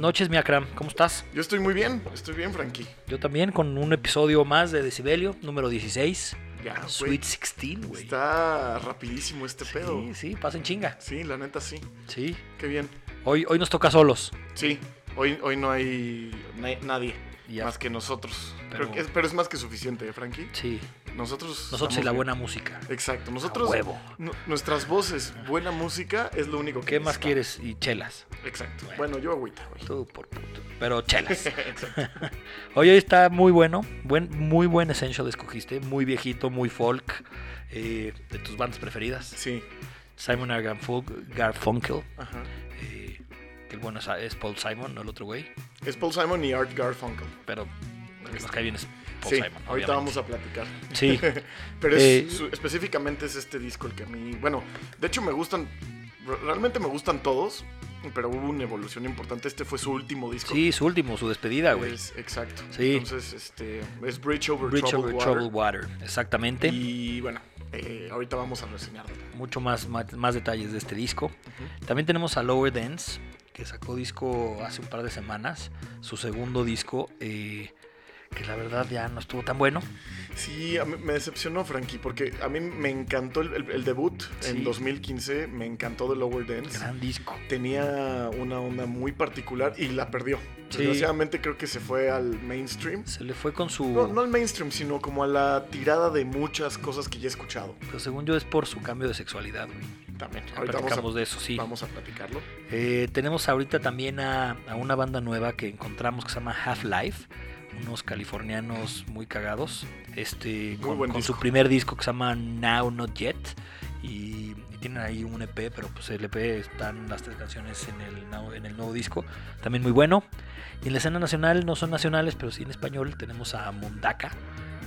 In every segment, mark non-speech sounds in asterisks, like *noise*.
noches, mi Akram. ¿Cómo estás? Yo estoy muy bien, estoy bien, Frankie. Yo también con un episodio más de Decibelio, número 16. Ya, Ah, güey. Ah, Sweet 16, güey. Está rapidísimo este pedo. Sí, sí, pasen chinga. Sí, la neta sí. Sí. Qué bien. Hoy, hoy nos toca solos. Sí, hoy, hoy no hay na- nadie Ya. más que nosotros. Creo que es- Pero- Pero... es, más que suficiente, ¿eh, Frankie. Sí. Nosotros. Nosotros y estamos la bien. buena música. Exacto, nosotros. huevo. nu- Nuestras voces, buena música es lo único que. ¿Qué más necesitamos. quieres? Y chelas. Exacto. Bueno, *laughs* yo *laughs* agüita, güey. Tú por puto. Pero *laughs* chelas. hoy, hoy está muy bueno. Buen, muy buen Essential escogiste. Muy viejito, muy folk. eh, de tus bandas preferidas. Sí. Simon and Garfunkel. Garfunkel, Ajá. eh, que el bueno es- es Paul Simon, no el otro güey. Es Paul Simon y Art Garfunkel. pero el que nos cae bien es Paul Este, sí, Simon. ahorita obviamente. vamos a platicar. Sí, *laughs* Pero es- Eh, su- específicamente es este disco el que a mí. Bueno, de hecho me gustan. re- Realmente me gustan todos. Pero hubo una evolución importante. Este fue su último disco. sí, su último, su despedida, güey. Es- exacto. Sí. Entonces, este. Es Bridge Over Bridge over Troubled Water. Troubled Water, exactamente. Y bueno, eh, ahorita vamos a reseñarlo. Mucho más, más, más detalles de este disco. También tenemos a Lower Dance, que sacó disco hace un par de semanas, su segundo disco, eh, que la verdad ya no estuvo tan bueno. Sí, a mí me decepcionó, Frankie, porque a mí me encantó el, el- el debut Sí. en 2015. Me encantó The Lower Dance. Gran disco. Tenía una onda muy particular y la perdió. Sí. Desgraciadamente creo que se fue al mainstream. Se le fue con su... No, no al mainstream, sino como a la tirada de muchas cosas que ya he escuchado. Pero según yo es por su cambio de sexualidad, güey. También. Ya Ahorita vamos platicamos a, de eso, sí. vamos a platicarlo. Eh, tenemos ahorita también a, a una banda nueva que encontramos que se llama Half Life, unos californianos muy cagados, este, con, buen con su disco. primer disco que se llama Now Not Yet y, y tienen ahí un EP, pero pues el EP están las tres canciones en el, now- en el nuevo disco, también muy bueno. Y en la escena nacional no son nacionales, pero sí en español tenemos a Mundaka,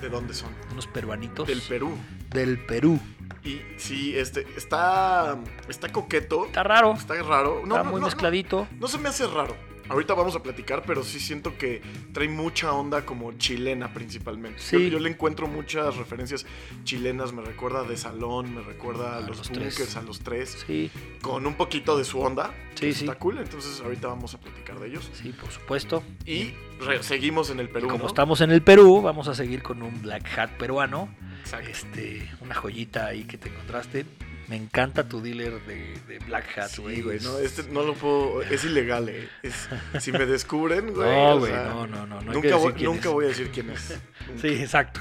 ¿De dónde son? unos peruanitos Del Perú. del Perú. Y sí, este, está, está coqueto. Está raro, Está raro. No, está no, muy no, no, mezcladito. no se me hace raro. Ahorita vamos a platicar, pero sí siento que trae mucha onda como chilena principalmente. Sí. Yo, yo le encuentro muchas referencias chilenas. Me recuerda de Salón, me recuerda a, A los, los tres. bunkers, a los tres. Sí, Con un poquito de su onda. Sí, sí. Pues Está cool. Entonces ahorita vamos a platicar de ellos. sí, por supuesto. Y re- seguimos en el Perú. Como ¿no? estamos en el Perú, vamos a seguir con un Black Hat peruano. Exacto. Este, una joyita ahí que te encontraste. Me encanta tu dealer de, de Black Hat, Sí, güey. güey, no, este no lo puedo. Es ilegal, eh. Es- si *laughs* me descubren, güey. No, o güey, sea, no, no, no, no hay que Nunca, decir voy, quién nunca es. voy a decir quién es. *laughs* Sí, exacto.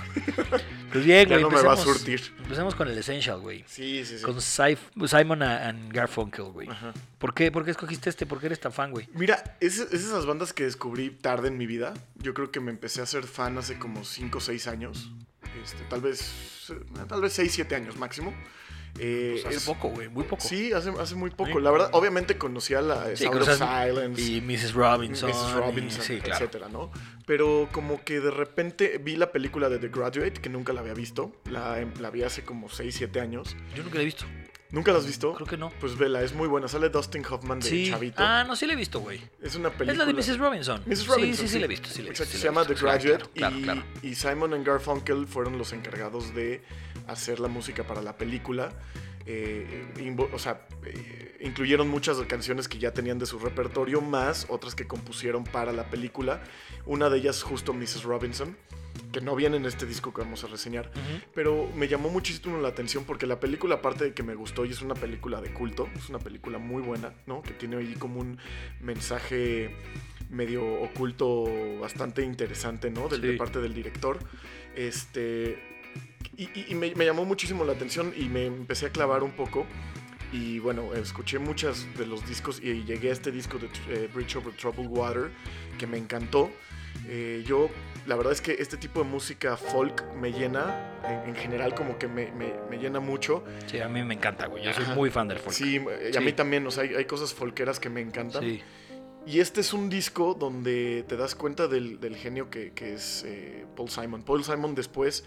Pues bien, Ya güey. no me va a empecemos- surtir. Empecemos con el Essential, güey. Sí, sí, sí. Con Sif- Simon a- and Garfunkel, güey. Ajá. ¿Por qué, ¿Por qué escogiste este? ¿Por qué eres tan fan, güey? Mira, es, es esas bandas que descubrí tarde en mi vida. Yo creo que me empecé a ser fan hace como 5 o 6 años. Este, tal vez. eh, Tal vez 6, 7 años máximo. Eh, Pues hace es- poco, güey. Muy poco. Sí, hace, hace muy poco. Sí. La verdad, obviamente conocía la eh, Sí, Sound con of esas- Silence. Y Mrs. Robinson. Mrs. Robinson, y- sí, claro. etcétera, ¿no? Pero como que de repente vi la película de The Graduate, que nunca la había visto. La, la vi hace como 6, 7 años. Yo nunca la he visto. ¿Nunca la has visto? Creo que no. Pues vela, es muy buena. Sale Dustin Hoffman de Sí. Chavito. Ah, no, sí la he visto, güey. Es una película. Es la de Mrs. Robinson. Mrs. Robinson, Sí, sí, sí, la he visto. Sí, la he visto, Exacto, sí se la he llama The visto, claro, Graduate Claro, y, claro. y Simon and Garfunkel fueron los encargados de hacer la música para la película. Eh, invo- o sea, eh, incluyeron muchas canciones que ya tenían de su repertorio, más otras que compusieron para la película. Una de ellas justo Mrs. Robinson, que no viene en este disco que vamos a reseñar. Ujú. Pero me llamó muchísimo la atención porque la película, aparte de que me gustó y es una película de culto, es una película muy buena, ¿no? Que tiene ahí como un mensaje medio oculto bastante interesante, ¿no? Del- De Sí. parte del director. Este. Y, y- y me, me llamó muchísimo la atención y me empecé a clavar un poco. Y bueno, escuché muchas de los discos y llegué a este disco de eh, Bridge Over Troubled Water que me encantó. Eh, yo, la verdad es que este tipo de música folk me llena, en, en general como que me, me- me llena mucho. Sí, a mí me encanta, güey. Yo soy Ajá. muy fan del folk. Sí, eh, y a Sí. mí también, o sea, hay, hay cosas folqueras que me encantan. Sí. Y este es un disco donde te das cuenta del, del genio que, que es eh, Paul Simon. Paul Simon después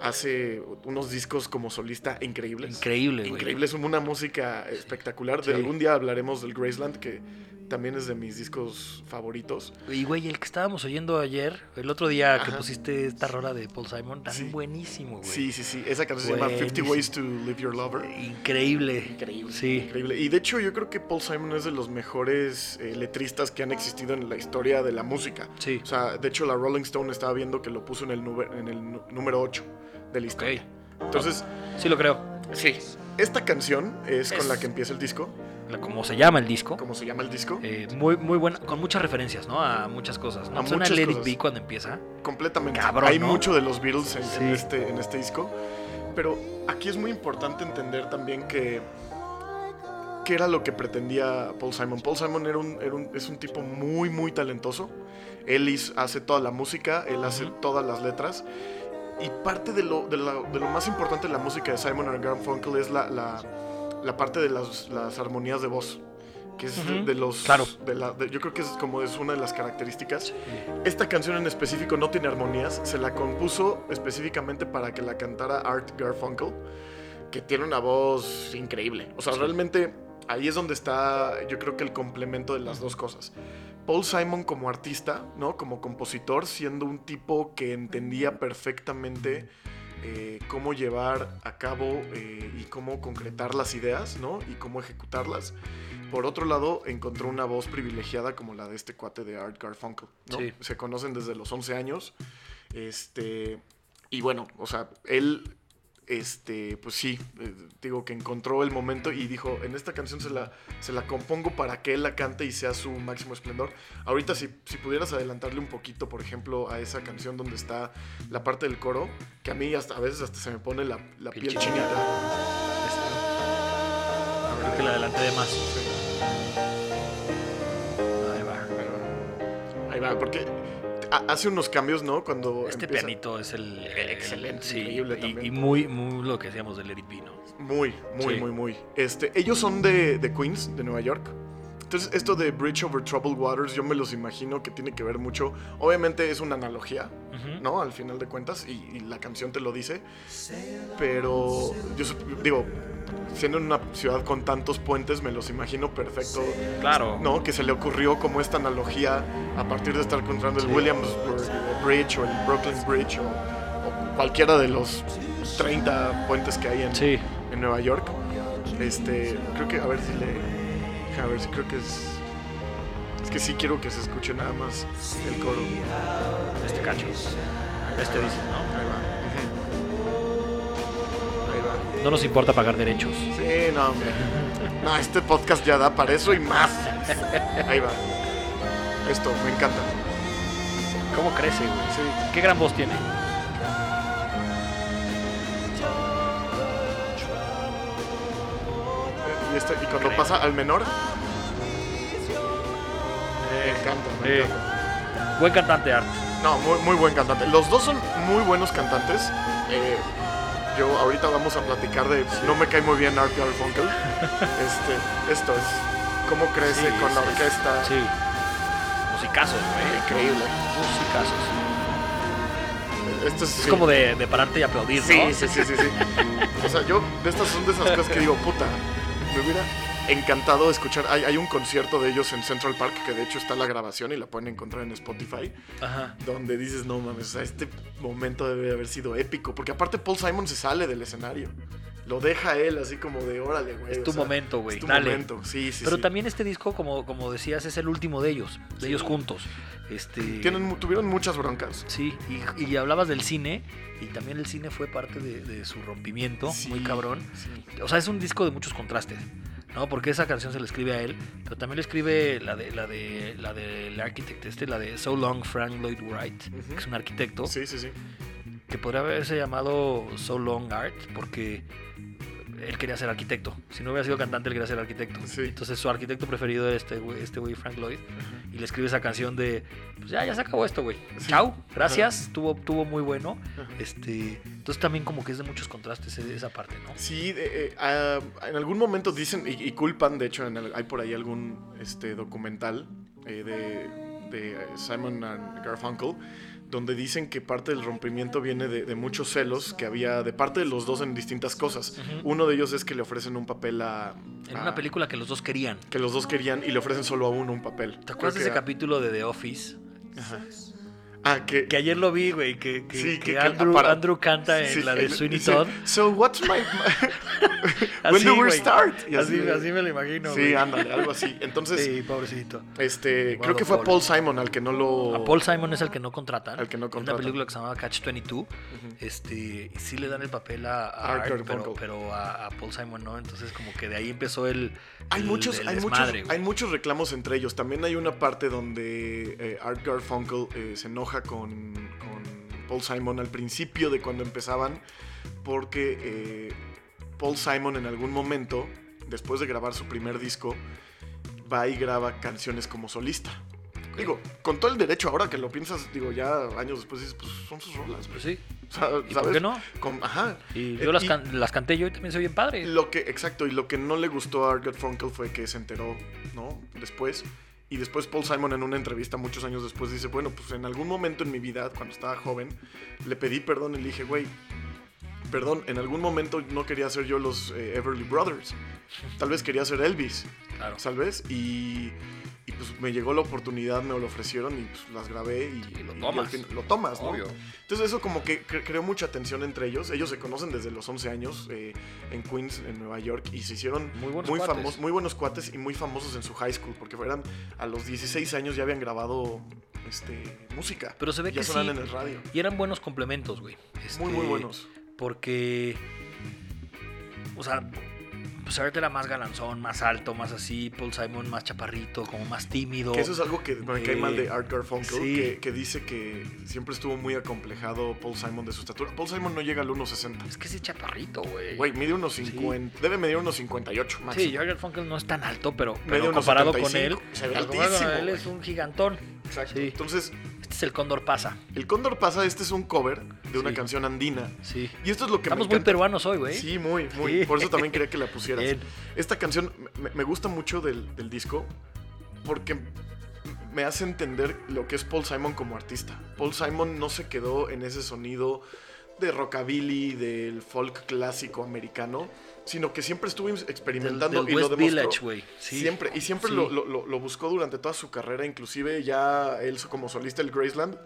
hace unos discos como solista increíbles. Increíble, güey. Increíble, es una música espectacular. Sí. De algún día hablaremos del Graceland, que también es de mis discos favoritos. Y güey, el que estábamos oyendo ayer, el otro día que Ajá. pusiste esta rola de Paul Simon, tan Sí. buenísimo, güey. Sí, sí, sí. Esa canción se llama 50 Buenísimo. Ways to Live Your Lover. Increíble. Increíble. Sí. Increíble. Y de hecho yo creo que Paul Simon es de los mejores eh, letristas que han existido en la historia de la música. Sí. O sea, de hecho la Rolling Stone estaba viendo que lo puso en el, nube- en el nu- número 8 de la Ok. historia. Entonces, Sí lo creo. sí. Esta canción es, Es- con la que empieza el disco, La- Como se llama el disco. como se llama el disco, Eh, muy, muy buena, con muchas referencias, ¿no? A muchas cosas. ¿no? A Suena muchas Let It cosas. Be cuando empieza. completamente. cabrón, Hay ¿no? mucho de los Beatles en, en Sí. este, en este disco. Pero aquí es muy importante entender también que qué era lo que pretendía Paul Simon. Paul Simon era un, era un- es un tipo muy, muy talentoso. Él hiz- hace toda la música, él hace Ujú. todas las letras. Y parte de lo, de la- de lo más importante de la música de Simon and Garfunkel es la, la- la parte de las, las armonías de voz. Que es Ujú. de los. Claro. de la- de- yo creo que es como es una de las características. Esta canción en específico no tiene armonías, se la compuso específicamente para que la cantara Art Garfunkel, que tiene una voz increíble. O sea, Sí. realmente ahí es donde está, yo creo que el complemento de las dos cosas. Paul Simon como artista, ¿no? Como compositor, siendo un tipo que entendía perfectamente eh, cómo llevar a cabo eh, y cómo concretar las ideas, ¿no? Y cómo ejecutarlas. Por otro lado, encontró una voz privilegiada como la de este cuate de Art Garfunkel. ¿no? Sí. Se conocen desde los 11 años. Este, y bueno, o sea, él, este, pues sí, eh, digo que encontró el momento y dijo, en esta canción se la, se la compongo para que él la cante y sea su máximo esplendor. Ahorita, si, si pudieras adelantarle un poquito, por ejemplo, a esa canción donde está la parte del coro, que a mí hasta, a veces hasta se me pone la, la Piel piel chinita. chinita. Este, ¿no? Creo que la adelanté de más. Sí. Ahí va. Ahí va, porque ha- hace unos cambios, ¿no? Cuando Este empieza- pianito es el. E- excelente, sí, increíble y- también. Y, muy, muy lo que decíamos del Let It Be, ¿no? Muy, muy, Sí. muy, muy. Este, ellos son de, de Queens, de Nueva York. Entonces, esto de Bridge Over Troubled Waters, yo me los imagino que tiene que ver mucho. Obviamente es una analogía, Ujú. ¿no? Al final de cuentas, y, y la canción te lo dice. Pero yo sup- digo, siendo una ciudad con tantos puentes, me los imagino perfecto, Claro. ¿no? Que se le ocurrió como esta analogía a partir de estar encontrando el Sí. Williamsburg Bridge o el Brooklyn Bridge o, o cualquiera de los 30 puentes que hay en, Sí. en Nueva York. Este, creo que, a ver si le. A ver si creo que es. Es que sí quiero que se escuche nada más el coro. Este cacho. Este dice, ¿no? Ahí va. Ujú. Ahí va. No nos importa pagar derechos. Sí, no, hombre. No, este podcast ya da para eso y más. Ahí va. Esto, me encanta. ¿Cómo crece, güey? Sí. ¿Qué gran voz tiene? Y, esto- y cuando pasa al menor. Me encanta, me Eh. encanta. Buen cantante, Art. No, muy, muy buen cantante. Los dos son muy buenos cantantes. Eh, yo ahorita vamos a platicar de no me cae muy bien Art *laughs* Garfunkel. este, esto es cómo crece Sí, con la sí, orquesta. Sí. Musicazos, güey. Increíble. Musicazos. Esto es, Es sí. como de, de pararte y aplaudir, Sí, ¿no? sí, sí, sí, sí. O sea, yo de estas son de esas cosas que digo, puta, me hubiera encantado escuchar. Hay, hay un concierto de ellos en Central Park que de hecho está la grabación y la pueden encontrar en Spotify. Ajá. Donde dices, no mames, o sea, este momento debe haber sido épico. Porque aparte Paul Simon se sale del escenario. Lo deja él así como de, órale, güey. Es o tu sea, momento, güey. Es tu Dale. momento, sí, sí. Pero sí. también este disco, como, como decías, es el último de ellos, de ellos juntos. Este, Tienen, mu- tuvieron muchas broncas. Sí, y, y hablabas del cine, y también el cine fue parte de, de su rompimiento, Sí, muy cabrón. sí. O sea, es un disco de muchos contrastes, ¿no? Porque esa canción se le escribe a él, pero también le escribe la de la de la del arquitecto este, la de So Long Frank Lloyd Wright, Ujú. que es un arquitecto Sí, sí, sí. que podría haberse llamado So Long Art porque él quería ser arquitecto. Si no hubiera sido cantante, él quería ser arquitecto. Sí. Entonces su arquitecto preferido era este güey, este güey Frank Lloyd, y le escribe esa canción de, pues ya, ya se acabó esto, güey. Sí. Chao, gracias, estuvo, estuvo muy bueno. Ajá. Este, entonces también como que es de muchos contrastes eh, esa parte, ¿no? Sí, de- eh, ah, en algún momento dicen y, y culpan, de hecho en el- hay por ahí algún este, documental eh, de, de, eh, Simon and Garfunkel, donde dicen que parte del rompimiento viene de, de muchos celos que había de parte de los dos en distintas cosas. Ujú. Uno de ellos es que le ofrecen un papel a... En a- una película que los dos querían. Que los dos querían y le ofrecen solo a uno un papel. ¿Te acuerdas de Creo ese que a- capítulo de The Office? Ajá. Ah, que... Que ayer lo vi, güey, que, que, Sí, que que- que- Andrew, para- Andrew canta en sí, la de él Sweeney dice, Todd. So what's my... *laughs* When Así, do we güey. start? Y Así, de- así me lo imagino, Sí, güey. ándale, algo así. Entonces, Sí, pobrecito. este, Eduardo creo que fue Paul. Paul Simon al que no lo... A Paul Simon es el que no contratan. Al que no En contratan. Una película que se llamaba Catch 22. Ujú. Este, y sí le dan el papel a, a Art Art, pero, Garfunkel. pero a, a Paul Simon no. Entonces, como que de ahí empezó el. Hay el- muchos, el hay, muchos, desmadre, güey. hay muchos reclamos entre ellos. También hay una parte donde eh, Art Garfunkel eh, se enoja con, con Paul Simon al principio de cuando empezaban, porque eh, Paul Simon en algún momento, después de grabar su primer disco, va y graba canciones como solista. Digo, con todo el derecho ahora que lo piensas, digo, ya años después dices, pues son sus rolas, güey. Pues sí. O sea, ¿sabes? ¿Y por qué no? Con- ajá. Y Eh, yo las, y- can- las canté yo y también soy bien padre. lo que, exacto, y lo que no le gustó a Art Garfunkel fue que se enteró, ¿no? Después. Y después Paul Simon en una entrevista muchos años después dice, bueno, pues en algún momento en mi vida, cuando estaba joven, le pedí perdón y le dije, güey, perdón, en algún momento no quería ser yo los eh, Everly Brothers. Tal vez quería ser Elvis, Claro. tal vez. Y, y, pues me llegó la oportunidad, me lo ofrecieron y pues las grabé y, Sí, lo y al tomas. fin- lo tomas, ¿no? Obvio. Entonces eso como que cre- creó mucha tensión entre ellos. Ellos se conocen desde los 11 años eh, en Queens, en Nueva York, y se hicieron Muy buenos muy, cuates. famos- muy buenos cuates y muy famosos en su high school, porque eran a los 16 años ya habían grabado este, música. Pero se ve ya que sí. sonan en el radio. Y eran buenos complementos, güey. Muy, Este, muy buenos. Porque. O sea. Pues Art era más galanzón, más alto, más así. Paul Simon más chaparrito, como más tímido. Que eso es algo que me cae eh, mal de Art Garfunkel, sí. que, que dice que siempre estuvo muy acomplejado Paul Simon de su estatura. Paul Simon no llega al 1.60. Es que ese chaparrito, güey. Güey, mide unos 50. Debe medir unos 58 máximo. Sí, Jürgen Funkel no es tan alto, pero, pero Medio unos comparado con 75, él, se ve al comparado con altísimo, él güey. es un gigantón. Exacto. Sí. Entonces, Este es el Cóndor Pasa. El Cóndor pasa, este es un cover de una Sí. canción andina. Sí. Y esto es lo que Estamos me muy encanta. peruanos hoy, güey. Sí, muy, muy. Sí. Por eso también quería que la pusieras. Bien. Esta canción me, me gusta mucho del, del disco porque me hace entender lo que es Paul Simon como artista. Paul Simon no se quedó en ese sonido de rockabilly, del folk clásico americano, sino que siempre estuvo experimentando Del- del y West lo demostró. Village, güey. Sí. Siempre, y siempre Sí. lo, lo- lo- lo buscó durante toda su carrera, inclusive ya él como solista el Graceland.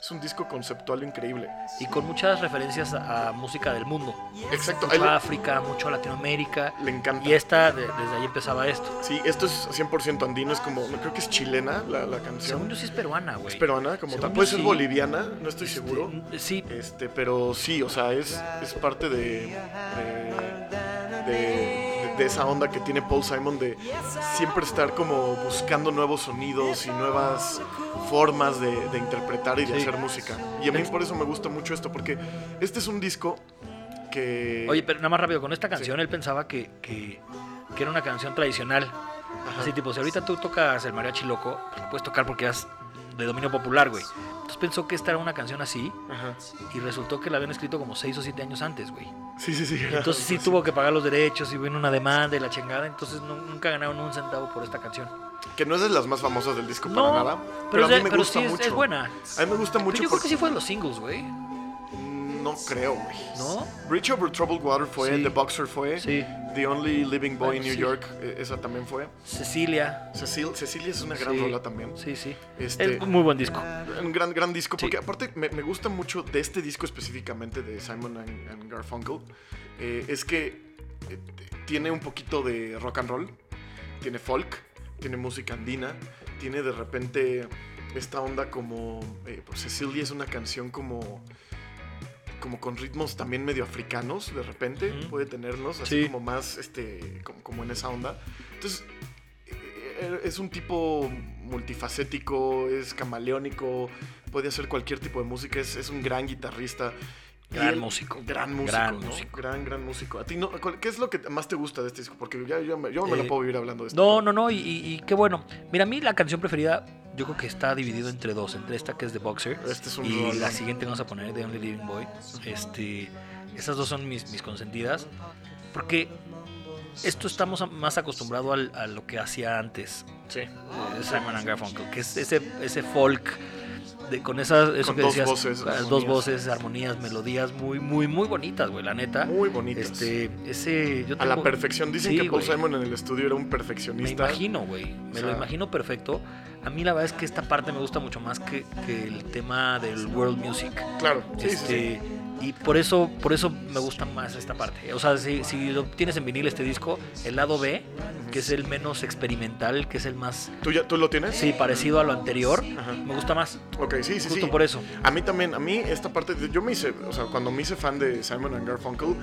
Es un disco conceptual increíble. Y con muchas referencias a, a música del mundo. Exacto, a él Mucho a África, mucho a Latinoamérica. le encanta. Y esta, de- desde ahí empezaba esto. Sí, esto es 100% andino, es como, no creo que es chilena la, la Según canción. yo sí es peruana, güey. Es peruana, como Según tal. yo Puede ser sí. boliviana, no estoy seguro. Este, Sí, Este, pero sí, o sea, es, es parte de, de, de- de esa onda que tiene Paul Simon de siempre estar como buscando nuevos sonidos y nuevas formas de, de interpretar y de Sí. hacer música. Y a mí por eso me gusta mucho esto, porque este es un disco que... Oye, pero nada más rápido, con esta canción él pensaba que, que, que era una canción tradicional. Ajá. Así tipo, si ahorita tú tocas el mariachi loco, pues lo puedes tocar porque eras de dominio popular, güey. Entonces pensó que esta era una canción así Ajá. y resultó que la habían escrito como 6 o 7 años antes, güey. Sí, sí, pues sí. Entonces sí tuvo que pagar los derechos y vino una demanda y la chingada, entonces nu- nunca ganaron un centavo por esta canción. Que no es de las más famosas del disco No, para nada, pero, Pero, a mí es de- me pero gusta sí es, mucho. es buena. A mí me gusta Pero mucho yo creo que porque... sí fue de los singles, güey. No creo, güey. ¿No? Bridge Over Troubled Water fue, Sí. The Boxer fue. Sí. The Only Living Boy Bueno, in New sí. York, eh, esa también fue. Cecilia. Cecil- Cecilia es una gran Sí. rola también. Sí, sí. Este- Es un muy buen disco. Un gran, gran disco, Sí. porque aparte me, me gusta mucho de este disco específicamente de Simon and, and Garfunkel, eh, es que eh, t- tiene un poquito de rock and roll, tiene folk, tiene música andina, tiene de repente esta onda como... eh, pues Cecilia es una canción como... Como con ritmos también medio africanos, de repente Ujú. puede tenernos, así Sí. como más, este, como, como en esa onda. Entonces, eh, es un tipo multifacético, es camaleónico, puede hacer cualquier tipo de música, es, es un gran guitarrista. Y Gran él- músico. Gran músico. Gran Gran músico. Gran, gran músico. ¿A ti no, cuál- ¿Qué es lo que más te gusta de este disco? Porque ya, yo me, yo me Eh, la puedo vivir hablando de esto. No, no, no, y, y- y qué bueno. Mira, a mí la canción preferida, yo creo que está dividido entre dos, entre esta que es The Boxer Este es un y rolón. la siguiente que vamos a poner, The Only Living Boy. Este, esas dos son mis, mis consentidas, porque esto estamos a- más acostumbrado al- a lo que hacía antes Sí. eh, Simon and Garfunkel, que es ese, ese folk de- con esas eso Con que dos decías, voces, las dos armonías. voces, armonías, melodías muy muy muy bonitas, güey, la neta. Muy bonitas. Este, ese yo a la tengo- perfección. Dicen Sí, que Paul güey. Simon en el estudio era un Me perfeccionista. imagino, güey. Me sea- lo imagino perfecto. A mí la verdad es que esta parte me gusta mucho más que, que el tema del world music. Claro, sí, sí, sí. Este, Y por eso, por eso me gusta más esta parte. O sea, si, si lo tienes en vinil este disco, el lado B, que es el menos experimental, que es el más ¿Tú, ya, ¿Tú lo tienes? sí, parecido a lo anterior, Ajá. me gusta más. Ok, sí, sí, Justo sí. por eso. A mí también, a mí esta parte, de- yo me hice, o sea, cuando me hice fan de Simon and Garfunkel,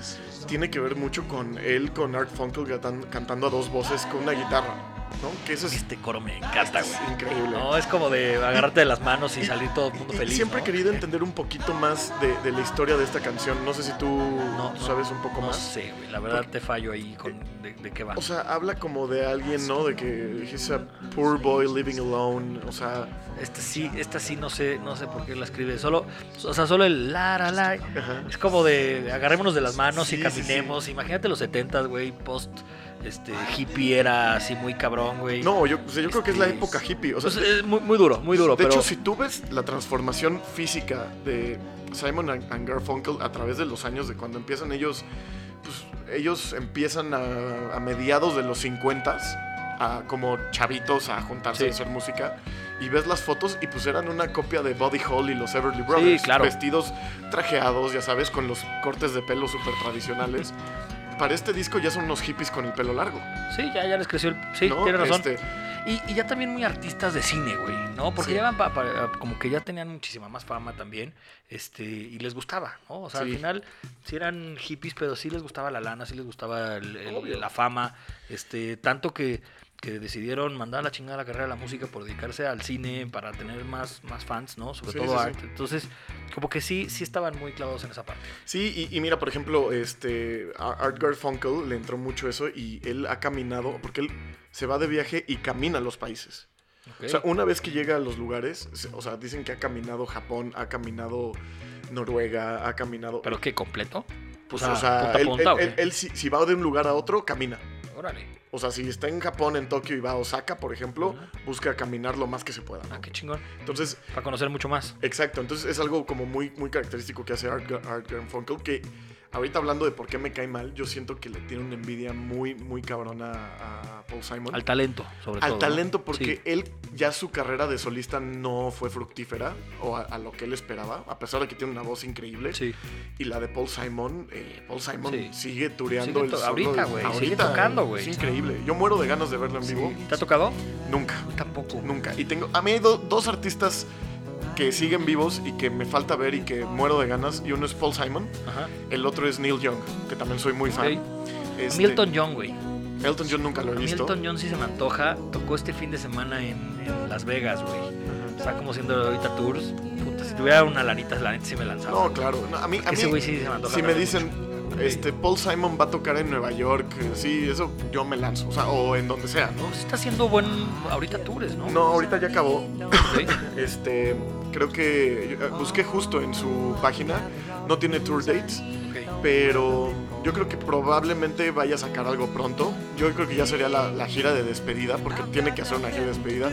tiene que ver mucho con él, con Art Funkel gatan- cantando a dos voces con una guitarra, ¿no? Que eso es Este coro me encanta, güey. increíble. No, es como de agarrarte de las manos y salir todo el mundo Y feliz. siempre he ¿no? querido entender un poquito más de, de la historia de esta canción. No sé si tú No, no, sabes un poco No más. eh, sé, güey. La verdad te fallo ahí con de, de qué va. O sea, habla como de alguien, ¿no? De que he's a poor boy living alone. O sea, Este sí, esta sí no sé, no sé por qué la escribe. Solo, o sea, solo el la la la. ajá. Es como de agarrémonos de las manos Sí, y sí, caminemos. Imagínate los 70 güey, post este hippie era así muy cabrón, güey. No, yo, o sea, yo creo que es la Este, época hippie. O sea, Pues, es muy, muy duro, muy duro, de pero hecho, si tú ves la transformación física de Simon and and Garfunkel a través de los años, de cuando empiezan ellos, pues ellos empiezan a, a mediados de los 50 a como chavitos a juntarse Sí. a hacer música y ves las fotos y pues eran una copia de Buddy Holly y los Everly Brothers claro. vestidos trajeados ya sabes con los cortes de pelo súper tradicionales para este disco ya son unos hippies con el pelo largo sí, ya, ya les creció el. Sí, ¿no? tienes razón. Este, Y, y ya también muy artistas de cine, güey, ¿no? Porque Sí. ya van pa- pa- como que ya tenían muchísima más fama también, este, y les gustaba, ¿no? O sea, al Sí. final sí eran hippies, pero sí les gustaba la lana, sí les gustaba el- el- Obvio. la fama, este, tanto que, que decidieron mandar a la chingada la carrera de la música por dedicarse al cine para tener más, más fans, ¿no? Sobre Sí, todo sí, sí. arte. Entonces, como que sí, sí estaban muy clavados en esa parte. Sí, y, y mira, por ejemplo, este a Art Garfunkel le entró mucho eso y él ha caminado, porque él se va de viaje y camina a los países. O sea, una vez que llega a los lugares, se- o sea, dicen que ha caminado Japón, ha caminado Noruega, ha caminado... pero qué completo. pues, o sea, o sea, punta a él, punta, él- ¿o qué? él- él si, si va de un lugar a otro, camina. Órale. O sea, si está en Japón, en Tokio y va a Osaka, por ejemplo, Ujú. busca caminar lo más que se pueda. ¿no? Ah, qué chingón. Entonces, Para conocer mucho más. Exacto, entonces es algo como muy, muy característico que hace Art, Gar- Art Garfunkel, que ahorita hablando de por qué me cae mal, yo siento que le tiene una envidia muy, muy cabrona a a Paul Simon. Al talento, sobre Al todo. ¿no? talento, porque Sí. él ya su carrera de solista no fue fructífera o a, a lo que él esperaba, a pesar de que tiene una voz increíble. Sí. Y la de Paul Simon, eh, Paul Simon Sí. sigue tureando Sigue el to- solo ahorita, de- güey, sigue tocando, güey. Es increíble. Yo muero de ganas de verlo en vivo. ¿Te ha tocado? Nunca. Tampoco. Nunca. Y tengo. A mí hay do- dos artistas que siguen vivos y que me falta ver y que muero de ganas. Y uno es Paul Simon, Ajá. el otro es Neil Young, que también soy muy fan. Este, Milton John, güey. Elton John nunca lo he A mí visto. Elton John sí se me antoja. Tocó este fin de semana en, en Las Vegas, güey. Está como siendo ahorita tours. Puta, si tuviera una lanita, la neta sí me lanzaba. No, claro. no, a mí, a Ese mí, güey sí se me antoja. si me también dicen, mucho. este, Paul Simon va a tocar en Nueva York, eh, sí, eso yo me lanzo. O sea, o en donde sea, ¿no? No, se está haciendo buen ahorita tours, ¿no? No, ahorita ya acabó. Ok. Este, creo que eh, busqué justo en su página. No tiene tour dates. Ok. pero yo creo que probablemente vaya a sacar algo pronto. Yo creo que ya sería la, la gira de despedida, porque tiene que hacer una gira de despedida.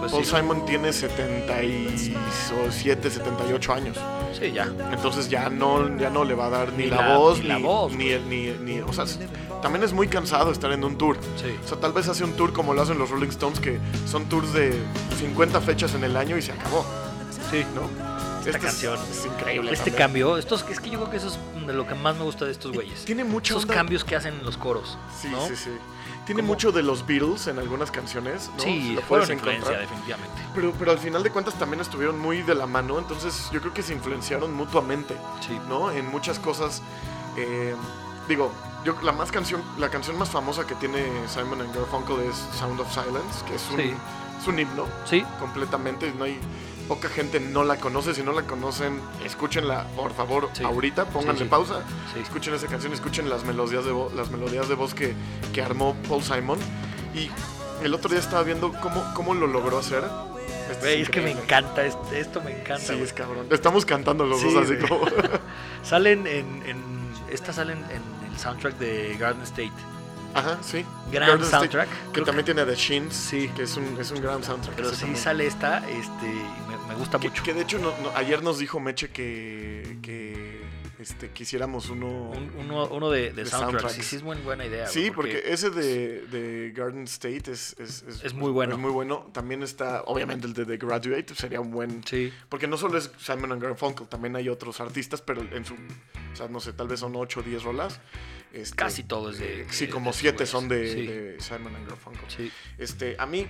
Pues Paul sí. Simon tiene 77, 78 años. Sí, ya. Entonces ya no, ya no le va a dar ni, Ni la, la- voz, ni la voz, pues. ni, el- ni, ni- o sea, es- también es muy cansado estar en un tour. Sí. O sea, tal vez hace un tour como lo hacen los Rolling Stones, que son tours de 50 fechas en el año y se acabó, Sí. ¿no? Esta Este es- canción. Es, increíble. Este también. cambio, estos, es que yo creo que eso es de lo que más me gusta de estos güeyes. Tiene mucho Esos cambios que hacen en los coros. Sí, ¿no? sí, sí. Tiene Como- mucho de los Beatles en algunas canciones, ¿no? Sí, Lo fueron puedes influencia, encontrar. definitivamente. Pero, pero al final de cuentas también estuvieron muy de la mano, entonces yo creo que se influenciaron mutuamente, Sí. ¿no? En muchas cosas. eh, digo, yo la más canción, la canción más famosa que tiene Simon and Garfunkel es Sound of Silence, que es un, Sí. es un himno Sí, completamente. No hay poca gente no la conoce. Si no la conocen, escúchenla por favor Sí. ahorita, pónganle Sí, sí. pausa. sí. Escuchen esa canción, escuchen las melodías de voz, las melodías de voz que, que armó Paul Simon. Y el otro día estaba viendo cómo, cómo lo logró hacer. Esto Güey, es que me increíble. encanta, este- esto me encanta. Sí, güey. es cabrón. Estamos cantando los Sí, dos así güey. como. *laughs* Salen en, en- Estas salen en el soundtrack de Garden State. Ajá, sí. Gran Garden State, soundtrack. que Creo también tiene a The Shins, Sí. que es un, es un gran soundtrack. Pero ese sí también. sale esta, este, y me, me gusta Que, mucho. que de hecho no- no, ayer nos dijo Meche que, que este, quisiéramos uno... Un- uno, uno de, de de soundtrack. soundtracks. Sí, sí es muy buena idea. Sí, güey, porque, ese de, de Garden State es, es, es muy bueno. es muy bueno. También está, obviamente, el de The Graduate pues, sería un buen... Sí. Porque no solo es Simon and Garfunkel, también hay otros artistas, pero en su... O sea, no sé, tal vez son 8 o 10 rolas. Este, Casi todo es de- eh, Sí, de- como de esos 7 güeyes. son de, Sí. de Simon and Garfunkel. Sí. Este, a mí, eh,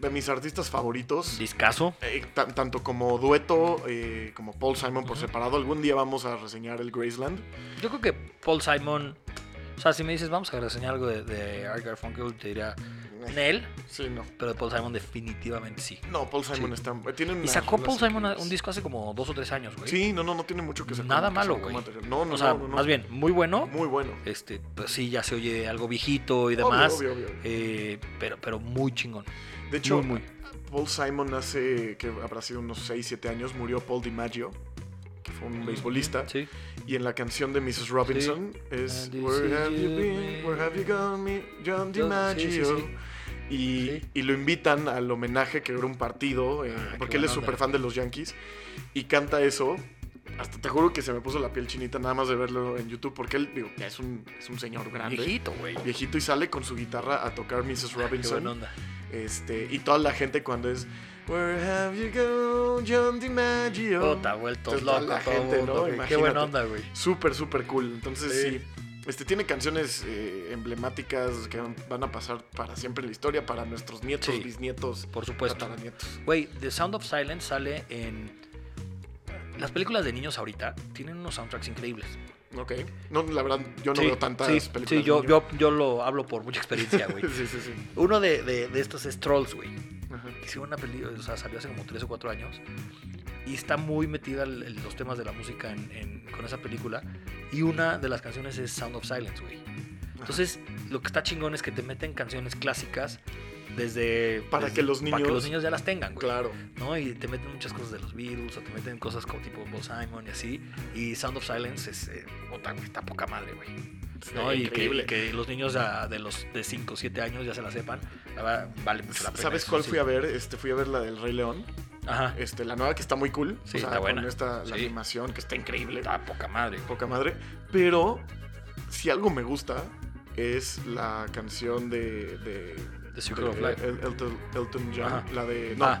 de mis artistas favoritos... Discaso. eh, tan- tanto como dueto, eh, como Paul Simon por Ujú. separado. Algún día vamos a reseñar el Graceland. Yo creo que Paul Simon. O sea, si me dices, vamos a reseñar algo de, de Art Garfunkel, te diría Nell, Sí, no. pero de Paul Simon definitivamente sí. No, Paul Simon Sí. está. eh, Tiene Y sacó Paul Simon un disco hace como dos o tres años, güey. Sí, no, no, no tiene mucho que sacar. Nada que malo, sacó güey. material. No, no, O sea, no, no, no. más bien, muy bueno. Muy bueno. Este, pues sí, ya se oye algo viejito y Obvio, demás. obvio, obvio. eh, pero, pero muy chingón. De hecho, muy, muy. Paul Simon hace que habrá sido unos 6, 7 años, murió Paul DiMaggio, que fue un beisbolista. Sí. Y en la canción de Mrs. Robinson es And this Where is have you you, been? Where have you gone, me? John John- sí, sí, DiMaggio. sí. Y, Sí. y lo invitan al homenaje que era un partido, eh, Ah, qué porque él es buena onda. súper fan de los Yankees. Y canta eso. Hasta te juro que se me puso la piel chinita nada más de verlo en YouTube, porque él, digo, ya es un, es un señor grande. Viejito, güey. Ah, Viejito y sale con su guitarra a tocar Mrs. Qué buena Robinson. onda. Este, y toda la gente cuando es Where have you gone, John DiMaggio? Puta, vueltos Entonces, toda locos. pues, la todo gente, mundo, ¿no? güey. Qué Imagínate. buena onda, güey. Súper, súper cool. Entonces, sí. Sí. Este, tiene canciones eh, emblemáticas que van- van a pasar para siempre en la historia, para nuestros nietos, Sí. Pues, bisnietos, Por supuesto. tataranietos. Güey, The Sound of Silence sale en. Las películas de niños ahorita tienen unos soundtracks increíbles. Ok. No, la verdad, yo no Sí, veo tantas sí, películas. Sí, yo, de yo, yo lo hablo por mucha experiencia, güey. *laughs* niños. sí, sí, sí. Uno de, de, de estos es Trolls, güey. Ajá. Hicieron una película, o sea, salió hace como 3 o 4 años. Y está muy metida el- el- los temas de la música en- en- con esa película. Y una de las canciones es Sound of Silence, güey. Entonces, lo que está chingón es que te meten canciones clásicas desde. Para desde- que los Para que niños- los niños ya las tengan, güey. Claro. ¿no? Y te meten muchas cosas de los Beatles, o te meten cosas como tipo Paul Simon y así. Y Sound of Silence es, eh, puta, güey, está poca madre, güey. ¿no? Y que, Este, increíble. y que los niños ya de los de 5 o 7 años ya se la sepan, la verdad, vale mucho la pena. ¿Sabes eso, cuál sí. fui a ver? Este, fui a ver la del Rey León. Ajá. Este, la nueva que está muy cool. Sí, o sea, está buena. con esta la Sí. animación que está increíble. Está poca madre. Ah, poca madre. Pero si algo me gusta es la canción de. de The Circle de of Life. El- Elton, Elton John, Ajá. la de no, Ah,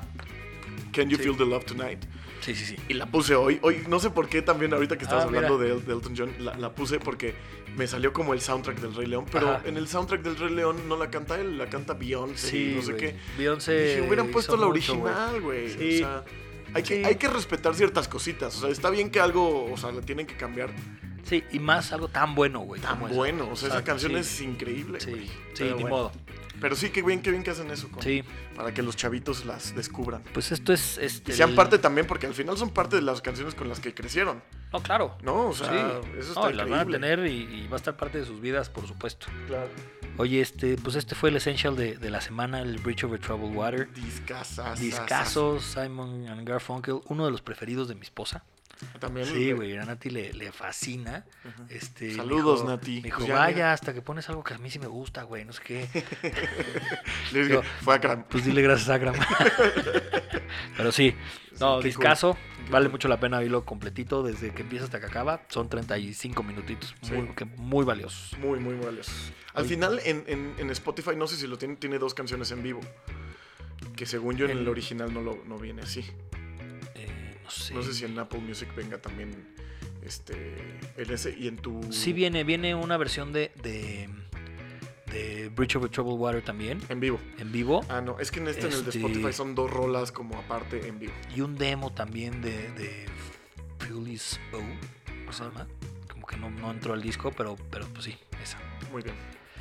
Can You sí. Feel the Love Tonight? sí, sí, sí. Y la puse hoy. Hoy no sé por qué también ahorita que estabas Ah, mira. hablando de, El- de Elton John la, la puse porque me salió como el soundtrack del Rey León. Pero Ajá. en el soundtrack del Rey León no la canta él, la canta Beyoncé. y Sí, no sé güey. qué. Beyoncé. Dije, hubieran hizo puesto la mucho, güey. original, güey. Sí. O sea, hay que, Sí. hay que respetar ciertas cositas. O sea, está bien que algo, o sea, la tienen que cambiar Sí, y más algo tan bueno, güey. tan como esa. bueno. O sea, esa Exacto, canción sí. es increíble. güey. Sí, sí, Pero ni bueno. modo. Pero sí, qué bien, qué bien que hacen eso. con- Sí, Para que los chavitos las descubran. pues esto es. Y este, sean el- parte también, porque al final son parte de las canciones con las que crecieron. No, claro. No, o sea, sí, eso está No, y increíble. las van a tener y, y va a estar parte de sus vidas, por supuesto. Claro. Oye, este, pues este fue el Essential de, de la semana, el Bridge Over Troubled Water. Discasas. Discaso, Simon and Garfunkel, uno de los preferidos de mi esposa. También. Sí, güey, a Nati le, le fascina. Ajá. Este, me Saludos, dijo- Nati. Me dijo, Pues ya, vaya, mira. hasta que pones algo que a mí sí me gusta, güey, no sé qué. Le dije, Yo- fue a Cram. Pues dile gracias a *laughs* Graham. Pero sí, no, qué discaso, cool. Qué vale cool. mucho la pena oírlo completito desde que empieza hasta que acaba. Son 35 minutitos, Sí. muy, que- muy valiosos. Muy, muy valiosos. Al Oye. final, en, en- en Spotify, no sé si lo tiene, tiene dos canciones en vivo. Que según yo en En- el original no, lo, no viene así. Eh, no sé. No sé si en Apple Music venga también este, en ese y en tu... Sí viene, viene una versión de, de, de Bridge Over Troubled Water también, En vivo. en vivo. Ah, no, es que en este, en el de Este- Spotify son dos rolas como aparte en vivo. Y un demo también de, de Phyllis O, ¿cómo se llama? Como que no, no entró al disco, pero, pero pues sí, esa. Muy bien.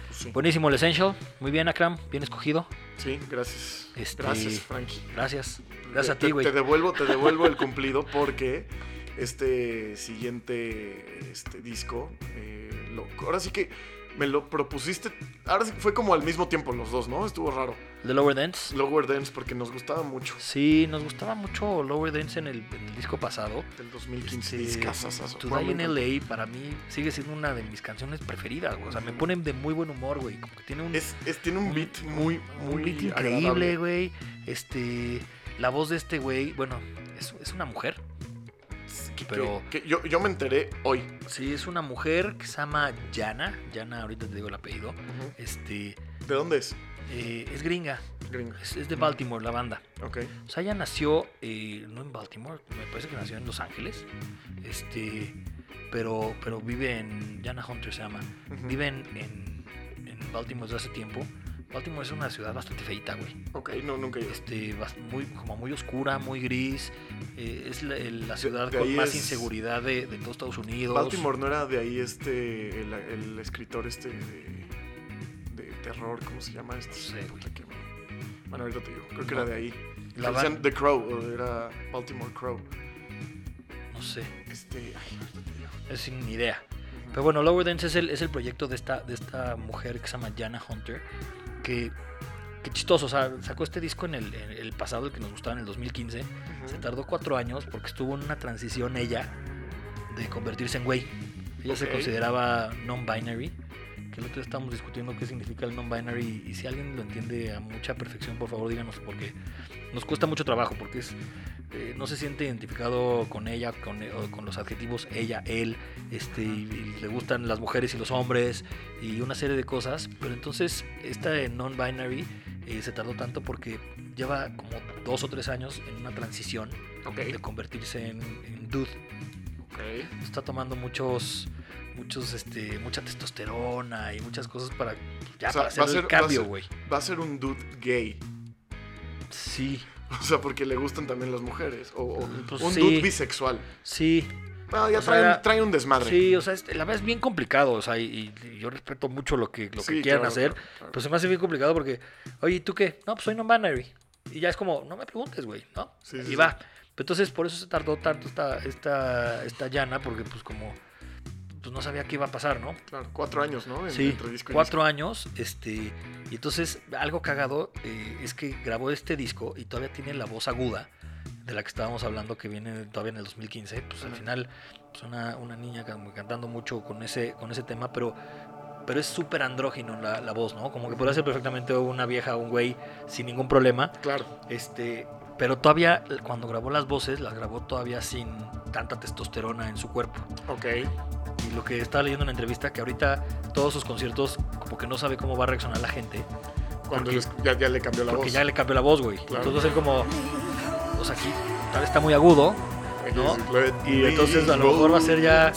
Pues sí. Buenísimo el Essential, muy bien Akram, bien escogido. Sí, gracias. Este- Gracias, Frankie. Gracias, gracias a Te- ti, güey. Te devuelvo, te devuelvo el cumplido porque este siguiente este disco eh, lo- ahora sí que me lo propusiste. Ahora sí que fue como al mismo tiempo los dos, ¿no? Estuvo raro. The Lower Dance. Lower Dance porque nos gustaba mucho. Sí, nos gustaba mucho Lower Dance en el, en el disco pasado. Del 2015. Este, discazazazo. Today Bueno, in LA para mí sigue siendo una de mis canciones preferidas, güey. O sea, me ponen de muy buen humor, güey. Como que tiene un, es, es- tiene un beat muy, muy un beat increíble, agradable. güey. Este, la voz de este güey, bueno, es, es una mujer. Que- que- pero- que yo, yo me enteré hoy. Sí, es una mujer que se llama Yana. Yana, ahorita te digo el apellido. Este, ¿De dónde es? eh, es gringa, Gringo. es, es de Baltimore, la banda. Ok. O sea, ella nació, eh, no en Baltimore, me parece que nació en Los Ángeles. Este, pero, pero vive en, Yana Hunter se llama. Ujú. Vive en, en, en Baltimore desde hace tiempo. Baltimore es una ciudad bastante feita, güey. Ok, no, nunca he ido. este, bas- muy, como muy oscura, muy gris. eh, es la, el- la ciudad de con ahí más es- inseguridad de, de todo Estados Unidos. Baltimore no era de ahí este el, el escritor este de, de terror, ¿cómo se llama este? No sé, Puta, que me- Bueno, ahorita te digo, creo que era de ahí. La Le decían The Crow, o era Baltimore Crow. No sé, Este, ay, ahorita te digo. es sin idea. Ujú. Pero bueno, Lower Dance es el, es el proyecto de esta, de esta mujer que se llama Jana Hunter. Que, que chistoso, o sea, sacó este disco en el, en el pasado, el que nos gustaba en el 2015. Ujú. Se tardó cuatro años porque estuvo en una transición ella de convertirse en güey. Ella se Ok. consideraba non-binary, que el otro día estábamos discutiendo qué significa el non-binary y si alguien lo entiende a mucha perfección, por favor díganos porque nos cuesta mucho trabajo, porque es eh, no se siente identificado con ella, con, eh, o con los adjetivos ella, él, este, y- y le gustan las mujeres y los hombres y una serie de cosas, pero entonces esta de non-binary eh, se tardó tanto porque lleva como dos o tres años en una transición de Ok, convertirse en, en dude. ok. Está tomando muchos, muchos, este, mucha testosterona y muchas cosas para, ya, O para sea, va hacer a ser- el va a cambio, ser- güey. Va a ser un dude gay. *laughs* Sí, O sea, porque le gustan también las mujeres. O, o Pues un sí. dude bisexual. sí, Ah, ya O sea, trae, era- trae un desmadre. sí, o sea, es- la verdad es bien complicado, o sea, y, y yo respeto mucho lo que, lo que Sí, quieran claro, hacer, pues, claro, claro. pero se me hace bien complicado porque, oye, ¿y tú qué? No, pues soy non-binary. Y ya es como, no me preguntes, güey, ¿no? Sí, y sí, va. Pero entonces, por eso se tardó tanto esta, esta, esta llana, porque pues como, pues no sabía qué iba a pasar, ¿no? Claro, cuatro años, ¿no? En- Sí, entre disco y cuatro años. Este, y entonces, algo cagado eh, es que grabó este disco y todavía tiene la voz aguda de la que estábamos hablando que viene todavía en el 2015. Pues al Ajá. final, pues, una, una niña can- cantando mucho con ese, con ese tema, pero, pero es súper andrógino la, la voz, ¿no? Como que podría ser perfectamente una vieja o un güey sin ningún problema. disco. Claro. Este, pero todavía, cuando grabó las voces, las grabó todavía sin tanta testosterona en su cuerpo Ok. y lo que estaba leyendo en la entrevista, que ahorita todos sus conciertos como que no sabe cómo va a reaccionar la gente, Cuando Porque- les- ya, ya le cambió la porque voz. ya le cambió la voz, güey. Claro. Entonces va a ser como, o sea, aquí tal vez está muy agudo, ¿no? y entonces a lo mejor va a ser ya,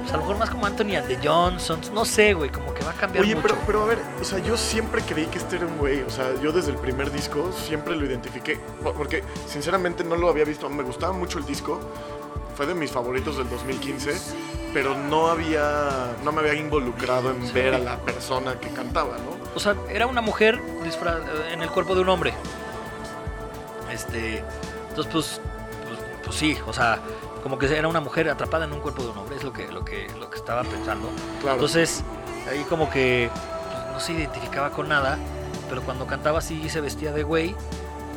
pues, a lo mejor más como Anthony and the Johnsons, no sé, güey, como que va a cambiar Oye, mucho. pero, pero a ver, o sea, yo siempre creí que este era un güey. O sea, yo desde el primer disco siempre lo identifiqué. po- Porque sinceramente no lo había visto. Me gustaba mucho el disco. Fue de mis favoritos del 2015. Pero no había. No me había involucrado en ver a la persona que cantaba, ¿no? O sea, era una mujer disfra- eh, en el cuerpo de un hombre. Este, entonces pues, pues, pues sí, o sea, como que era una mujer atrapada en un cuerpo de un hombre, es lo que, lo que, lo que estaba pensando. Claro. Entonces, ahí como que pues, no se identificaba con nada, pero cuando cantaba sí se vestía de güey,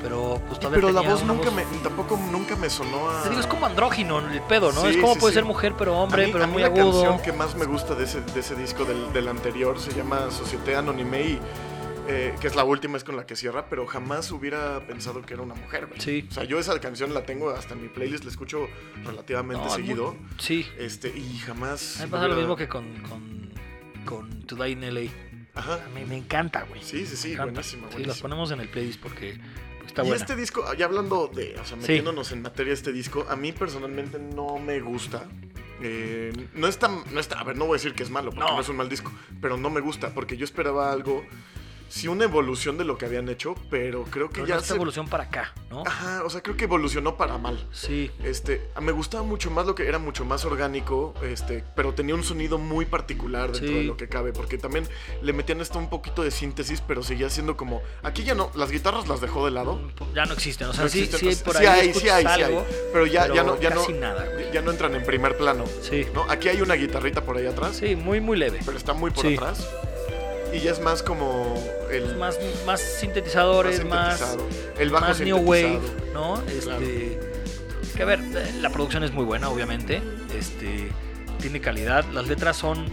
pero pues Sí, todavía pero la tenía voz una nunca me. Tampoco nunca me sonó a. Te digo, es como andrógino el pedo, ¿no? Sí, es como sí, puede sí. ser mujer pero hombre, a mí, pero a mí muy la agudo. canción que más me gusta de ese, de ese disco del, del anterior se llama Société Anonyme y eh, que es la última, es con la que cierra, pero jamás hubiera pensado que era una mujer. güey. Sí. O sea, yo esa canción la tengo hasta en mi playlist, la escucho relativamente No, es muy- seguido. Sí, Este, y jamás. a mí me pasa lo hubiera- mismo que con, con, con Today in LA. Ajá. Me, me encanta, güey. Sí, sí, sí, Me encanta. buenísima, Sí, las buenísima. ponemos en el playlist porque, porque está y buena. este disco, ya hablando de, o sea, Sí. metiéndonos en materia de este disco, a mí personalmente no me gusta. Eh, no está, no está, a ver, no voy a decir que es malo, porque No. no, es un mal disco, pero no me gusta, porque yo esperaba algo sí una evolución de lo que habían hecho, pero creo que Pero ya no es se... Ah. evolución para acá, ¿no? Ajá, o sea, creo que evolucionó para mal. Sí. Este, me gustaba mucho más lo que era mucho más orgánico, este, pero tenía un sonido muy particular dentro Sí. de lo que cabe, porque también le metían hasta un poquito de síntesis, pero seguía siendo como, aquí ya no, las guitarras las dejó de lado. Ya no existen. O sea, No sí, existen, sí hay entonces, por sí ahí. hay, sí escuchas hay, sí algo, hay, pero ya, ya pero no, ya no, casi nada, güey. ya no entran en primer plano. Sí. ¿no? Aquí hay una guitarrita por ahí atrás, Sí, muy, muy leve. pero está muy por Sí. atrás. Y ya es más como el Más, más sintetizadores, más, sintetizado, el bajo más new wave, sintetizado. ¿no? Claro. Este, que a ver, eh, la producción es muy buena, obviamente. Este, tiene calidad. Las letras son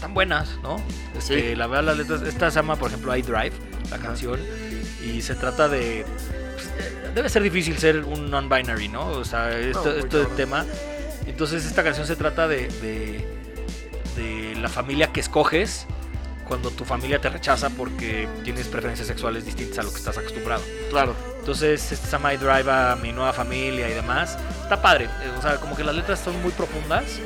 tan buenas, ¿no? Este, Sí. La verdad, las letras. Esta se llama, por ejemplo, I Drive, la canción. Y se trata de. pues, eh, Debe ser difícil ser un non-binary, ¿no? O sea, esto, muy esto es cabrón. tema. Entonces, esta canción se trata de- de de la familia que escoges cuando tu familia te rechaza porque tienes preferencias sexuales distintas a lo que estás acostumbrado. Claro, Entonces, este Sama I Drive a mi nueva familia y demás. Está padre. eh, O sea, como que las letras son muy profundas.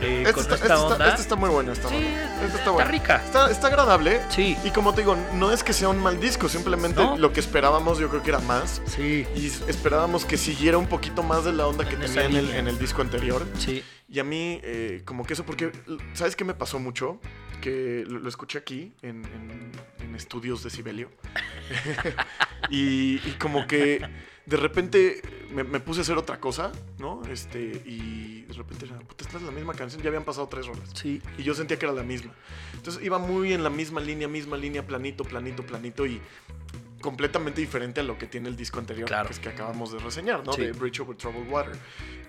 eh, Este con esta está, este está- onda. este está muy bueno, está sí, bueno. está, Este está bueno. rica. Está, está agradable. Sí, Y como te digo, no es que sea un mal disco, simplemente No. lo que esperábamos yo creo que era más. sí, Y s- esperábamos que siguiera un poquito más de la onda que En esa tenía en el, línea. en el disco anterior. sí. Y a mí, eh, como que eso, porque, l- ¿sabes qué me pasó mucho? Que lo, lo escuché aquí, en, en- en estudios de Sibelio. *laughs* y, y como que de repente me, me puse a hacer otra cosa, ¿no? Este, y de repente era, puta, esta es la misma canción, ya habían pasado tres rolas. Sí, Y yo sentía que era la misma. Entonces iba muy en la misma línea, misma línea, planito, planito, planito y completamente diferente a lo que tiene el disco anterior, Claro. que es que acabamos de reseñar, ¿no? Sí. De Bridge Over Troubled Water.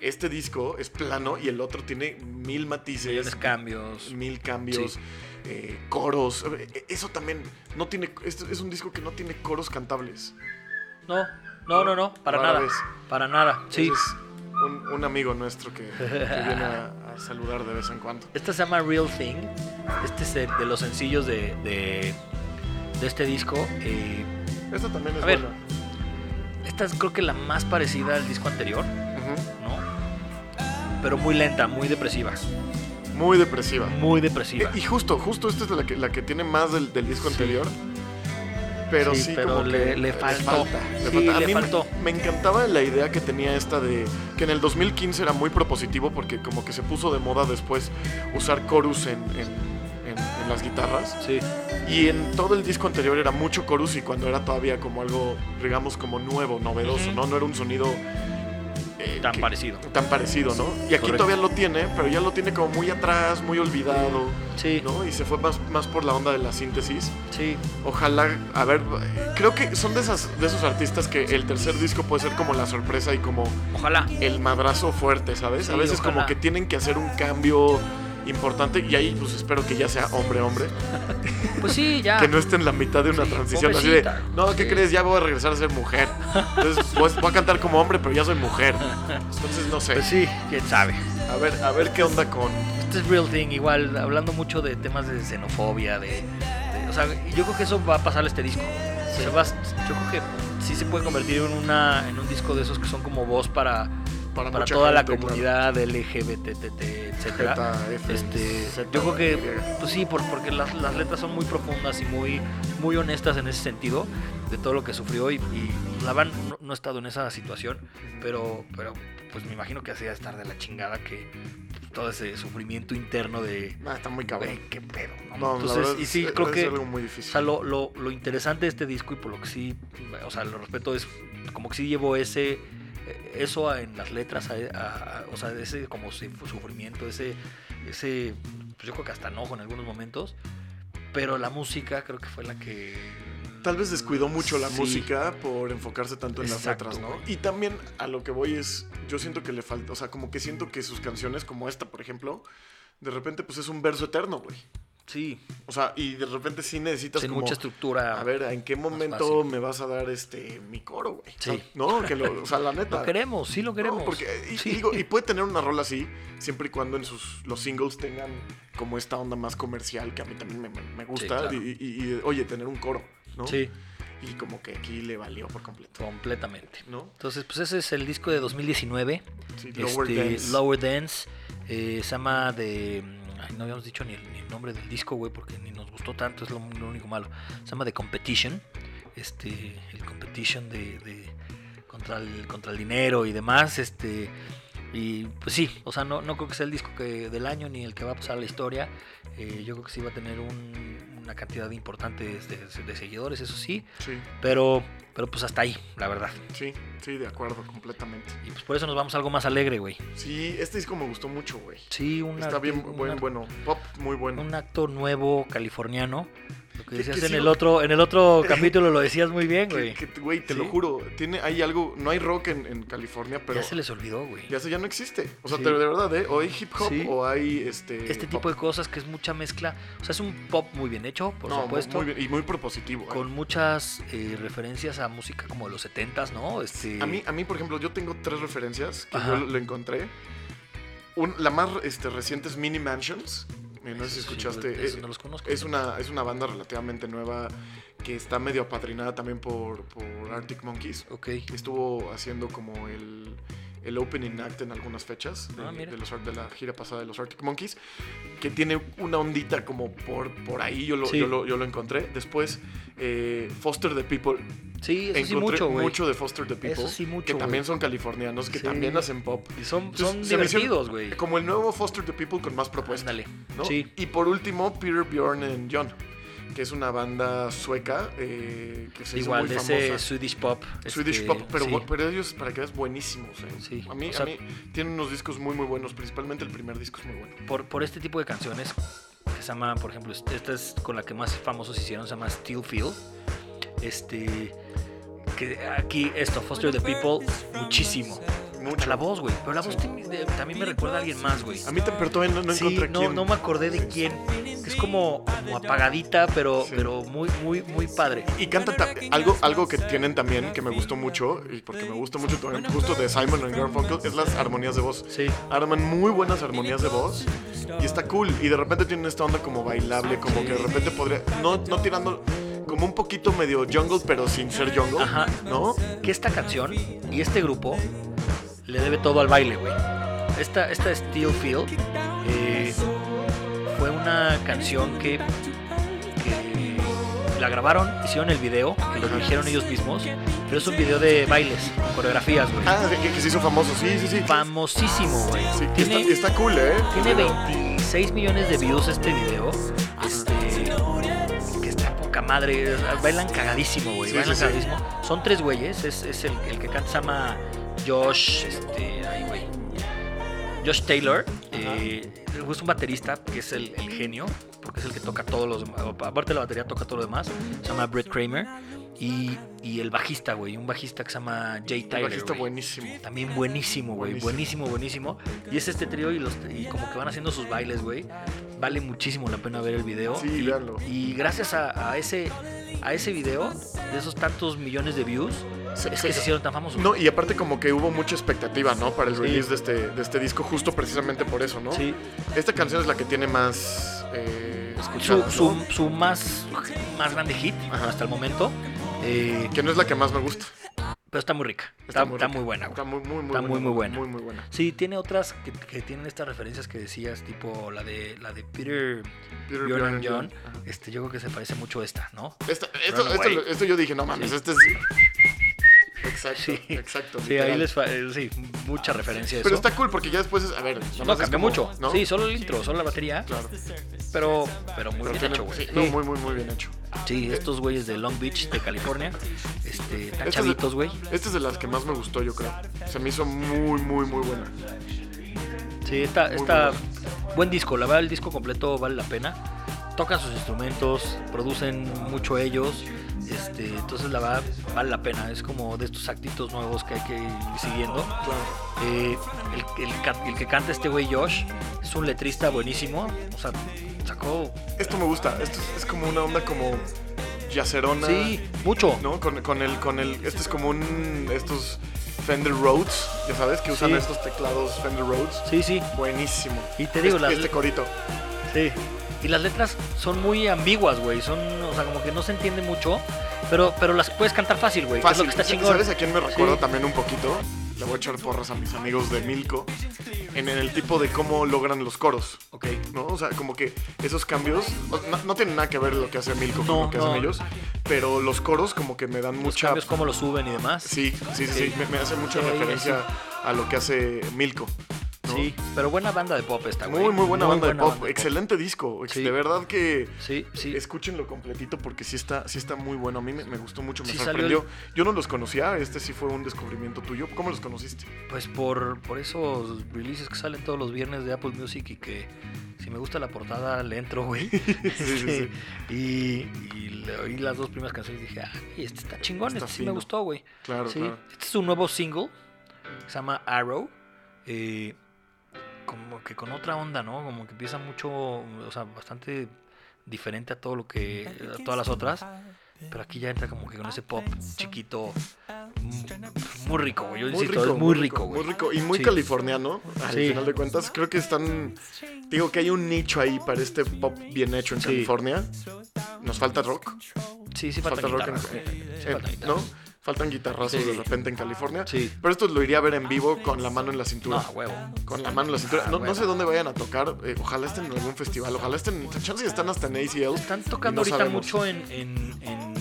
Este disco es plano y el otro tiene mil matices, tienes cambios. mil cambios, Sí. eh, coros. Eh, eh, Eso también no tiene. Es, es un disco que no tiene coros cantables. No, no, no, no, para Rara nada. vez. Para nada, sí. Entonces, un, un amigo nuestro que, que viene a- a saludar de vez en cuando. Esta se llama Real Thing. Este es de, de los sencillos de, de, de este disco. eh, Esta también es A ver. buena. esta es creo que la más parecida al disco anterior, Ujú. ¿no? Pero muy lenta, muy depresiva. Muy depresiva. Muy Eh, depresiva. Y justo, justo esta es la que, la que tiene más del, del disco Sí. anterior. Pero Sí, sí, pero como le- que le faltó. falta, le Sí, falta. A le mí me- faltó. Me, encantaba la idea que tenía esta de que en el 2015 era muy propositivo porque como que se puso de moda después usar chorus en, en- en- en las guitarras. Sí, Y en todo el disco anterior era mucho chorus y cuando era todavía como algo, digamos, como nuevo, novedoso, Ujú. ¿no? No era un sonido... eh, tan que- parecido. tan parecido, ¿no? Y aquí Correcto. todavía lo tiene, pero ya lo tiene como muy atrás, muy olvidado. Sí, ¿no? Y se fue más, más por la onda de la síntesis. sí, Ojalá, a ver, eh, creo que son de, esas, de esos artistas que el tercer disco puede ser como la sorpresa y como ojalá. el madrazo fuerte, ¿sabes? a Sí, veces ojalá. como que tienen que hacer un cambio importante y ahí pues espero que ya sea hombre, hombre, Pues sí, ya. que no esté en la mitad de una Sí, transición así pobrecita. de, no, ¿qué Sí. crees? Ya voy a regresar a ser mujer. Entonces *laughs* voy, a- voy a cantar como hombre, pero ya soy mujer. Entonces no sé. Pues sí, quién sabe. Pues, A ver, a ver qué onda con... Este es Real Thing, igual, hablando mucho de temas de xenofobia, de, de- O sea, yo creo que eso va a pasar a este disco. O sea, vas- yo creo que sí se puede convertir en, una, en un disco de esos que son como voz para, Para, para mucha toda la gente, claro. comunidad LGBTT, etcétera. Jeta, F, Este, Z, yo creo Y. que, pues sí, por- porque las, las letras son muy profundas y muy, muy honestas en ese sentido, de todo lo que sufrió. Y, y la van, no, no he estado en esa situación, pero, pero pues me imagino que hacía estar de la chingada que todo ese sufrimiento interno de, Ah, está muy cabrón. güey, qué pedo, ¿no? No, Entonces, la verdad, y sí, es- creo es que. algo muy O difícil. sea, lo, lo- lo interesante de este disco y por lo que sí, o sea, lo respeto es como que sí llevó ese, eh, eso a- en las letras, a- a- a- o sea, ese como si- sufrimiento, ese, ese, pues yo creo que hasta enojo en algunos momentos, pero la música creo que fue la que... Tal vez descuidó mucho la Sí, música por enfocarse tanto en Exacto, las letras, ¿no? güey. Y también a lo que voy es, yo siento que le falta, o sea, como que siento que sus canciones, como esta, por ejemplo, de repente pues es un verso eterno, güey. Sí, O sea, y de repente sí necesitas sin como, mucha estructura. a ver, ¿en qué momento fácil. me vas a dar este mi coro, güey? O sea, Sí. No, que lo, o sea, *laughs* la neta. lo queremos, sí lo queremos. No, porque, eh, y, Sí. y digo, y puede tener una rola así, siempre y cuando en sus los singles tengan como esta onda más comercial, que a mí también me, me- me gusta. claro. y, y- y, oye, tener un coro, ¿no? Sí, Y como que aquí le valió por completo, completamente. ¿no? Entonces, pues ese es el disco de 2019. Sí, Lower este, Dance. Lower Dance, eh, se llama de mm, Ay, no habíamos dicho ni el, ni el nombre del disco, güey, porque ni nos gustó tanto, es lo, lo único malo. Se llama The Competition. Este, el Competition de, de- contra, el, contra el dinero y demás. Este, y pues sí, o sea, no, no creo que sea el disco que, del año ni el que va a pasar a la historia. Eh, yo creo que sí va a tener un- una cantidad importante de, de- de seguidores, eso sí. Sí, Pero, pero pues hasta ahí, la verdad. sí, sí, de acuerdo, completamente. Y pues por eso nos vamos a algo más alegre, güey. Sí, este disco me gustó mucho, güey. Sí, un Está bien, arti- un buen, ar- bueno. Pop, muy bueno. un acto nuevo californiano. Lo que Que- decías que en sí, el lo- otro, en el *laughs* otro capítulo lo decías muy bien, Que- güey. que, Güey, te lo Sí. juro, tiene, hay algo, no hay rock en, en California, pero Ya se les olvidó, güey. ya eso ya no existe. O sea, Sí. te- de verdad, ¿eh? O hay hip hop Sí. o hay este... Este tipo de cosas que es mucha mezcla. O sea, es un pop muy bien hecho, por supuesto. Muy bien, y muy propositivo. ¿eh? Con muchas eh, referencias a música como de los 70s, ¿no? Este, A mí, a mí, por ejemplo, yo tengo tres referencias que Ajá. yo lo- lo encontré. Un- la más este, reciente es Mini Mansions. Eh, No sé si Esos sí, escuchaste. güey, esos Eh, no los conozco. es, una, es una banda relativamente nueva que está medio apadrinada también por, por Arctic Monkeys. Ok. Estuvo haciendo como el, el opening act en algunas fechas de, Ah, mira. de los, Ar- de la gira pasada de los Arctic Monkeys, que tiene una ondita como por, por ahí, yo lo, Sí. yo lo, yo lo encontré. Después, eh, Foster the People, Sí, eso sí encontré mucho, güey. mucho de Foster the People. Eso sí mucho, Que güey. también son californianos, que Sí. también hacen pop. Y son, son Entonces, se me hicieron divertidos, güey. Como el nuevo Foster the People con más propuesta. Ándale. ¿no? Sí. Y por último, Peter Bjorn and John, que es una banda sueca eh, que se hizo Igual, muy de famosa. ese Swedish pop. Swedish este, Pop, pero, sí. bu- pero ellos, para que veas, buenísimos. eh. Sí, A, mí, o sea- a mí tienen unos discos muy, muy buenos, principalmente el primer disco es muy bueno. por, por este tipo de canciones que se llama, por ejemplo, esta es con la que más famosos hicieron, se llama Steel Field. Este. Que aquí, esto, Foster the People, muchísimo. Hasta Mucho. la voz, güey. Pero la voz Sí. tiene- de- también me recuerda a alguien más, güey. A mí, te- pero todavía no, no sí, encontré no, quién. no me acordé de quién. que Es como, como apagadita, pero, Sí. pero muy, muy, muy padre. Y canta ta- algo, algo que tienen también, que me gustó mucho, y porque me gusta mucho también, justo de Simon and Garfunkel, es las armonías de voz. Sí. Arman muy buenas armonías de voz y está cool. Y de repente tienen esta onda como bailable, como que de repente podría. No, no tirando. Como un poquito medio jungle, pero sin ser jungle. Ajá. ¿No? que esta canción y este grupo le debe todo al baile, güey. Esta, esta Steel Field eh, fue una canción que, que la grabaron, hicieron el video, que lo dirigieron ellos mismos, pero es un video de bailes, con coreografías, güey. Ah, de que, que se hizo famoso. Sí, sí, sí. Famosísimo, güey. Sí, que está, Tiene, está cool, ¿eh? tiene 26 millones de views este video. Este, que está poca madre. Bailan cagadísimo, güey. Sí, bailan sí, sí. cagadísimo. Son tres güeyes. Es, es el, el que canta se llama Josh. Este, ay, güey. Josh Taylor. eh, es un baterista que es el, el genio. Porque es el que toca todos los demás. Aparte de la batería, toca todo lo demás. Se llama Brett Kramer. Y, y el bajista, güey. Un bajista que se llama Jay El Tyler. bajista güey. buenísimo. También buenísimo, güey. Buenísimo. Buenísimo. buenísimo, Y es este trío y, los, y como que van haciendo sus bailes, güey. Vale muchísimo la pena ver el video. Sí, y, véanlo. y gracias a, a ese, a ese video, de esos tantos millones de views, Se- es se- que se hicieron tan famosos. No, y aparte como que hubo mucha expectativa, ¿no? Para el Sí. release de este, de este disco, justo precisamente por eso, ¿no? Sí. Esta canción es la que tiene más eh, Su, escuchada. su, ¿no? su más, más grande hit Ajá. hasta el momento. eh, Que no es la que más me gusta. pero está muy rica. Está, está muy, rica. buena, güey. Está muy, muy, muy Está muy, muy buena. Muy, muy buena. Sí, tiene otras que, que tienen estas referencias que decías, tipo la de la de Peter Peter Bjorn Bjorn and and John. John. Ajá. Este, yo creo que se parece mucho a esta, ¿no? Esto, esto, esto, Runaway. esto yo dije, no mames, Sí. *laughs* este es... Exacto, Sí. exacto. Sí, literal. ahí les fa- eh, sí, mucha referencia a eso. Pero está cool porque ya después es... A ver, nada no más es cambió como- mucho. ¿no? Sí, solo el intro, solo la batería, Claro. pero pero muy Pero bien tiene- hecho, güey. sí, no, muy, muy, muy bien hecho. Sí, estos güeyes de Long Beach, de California, este, tan Estos- chavitos, güey. Esta es de las que más me gustó, yo creo. Se me hizo muy, muy, muy buena. Sí, está muy está buen disco, la verdad el disco completo vale la pena. Tocan sus instrumentos, producen mucho ellos. Este, entonces la verdad vale la pena, es como de estos actitos nuevos que hay que ir siguiendo. Claro. Eh, el, el ca- el que canta este güey Josh es un letrista buenísimo. O sea, sacó. Esto me gusta. Esto es, es como una onda como yacerona. Sí, mucho. ¿no? Con, con el, con el, este es como un, estos Fender Rhodes, ya sabes, que usan Sí. estos teclados Fender Rhodes. Sí, sí. Buenísimo. Y te digo, este, las- este corito. Sí. Y las letras son muy ambiguas, güey. Son, o sea, como que no se entiende mucho. Pero, pero las puedes cantar fácil, güey. que es lo Fácil. que está ¿Sabes chingón. a quién me recuerda Sí. también un poquito? le voy a echar porras a mis amigos de Milko, en el tipo de cómo logran los coros. Ok. ¿no? O sea, como que esos cambios o- no, no tienen nada que ver lo que hace Milko con No, lo que no. hacen ellos, pero los coros como que me dan Los mucha... cambios, cómo lo suben y demás. Sí, sí, sí, sí, me, me hace mucha Sí, referencia a lo que hace Milko. ¿no? Sí, pero buena banda de pop esta, güey. Muy, muy buena banda de pop. buena Excelente disco. Ex- Sí. De verdad que Sí, sí. escúchenlo completito porque sí está, sí está muy bueno. A mí me, me gustó mucho, me Sí, salió el- sorprendió. Yo no los conocía, este sí fue un descubrimiento tuyo. ¿Cómo los conociste? Pues por, por esos releases que salen todos los viernes de Apple Music y que si me gusta la portada le entro, güey. *laughs* *laughs* sí, sí. Y, y le oí las dos primeras canciones y dije, ah, este está chingón, Está este sí me fino. gustó, güey. Claro, Sí, claro. este es un nuevo single que se llama Arrow. eh, como que con otra onda, ¿no? Como que empieza mucho, o sea, bastante diferente a todo lo que. a todas las otras. Pero aquí ya entra como que con ese pop chiquito. mm, Muy rico, güey. Yo insisto, es muy rico, güey. Muy rico y muy Sí. californiano, al Sí. final de cuentas. Creo que están. Digo que hay un nicho ahí para este pop bien hecho en Sí. California. Nos falta rock. Sí, sí, falta Falta rock en- guitarras. en- güey. Sí, en- faltan ¿No? guitarras. Faltan guitarrazos Sí. de repente en California. Sí. Pero esto lo iría a ver en vivo con la mano en la cintura. No, huevo. Con la mano en la cintura. Ah, no, bueno. no sé dónde vayan a tocar. eh, ojalá estén en algún festival. Ojalá estén. Chance y están hasta en ACL. Están y no tocando ahorita sabemos. mucho en. en, en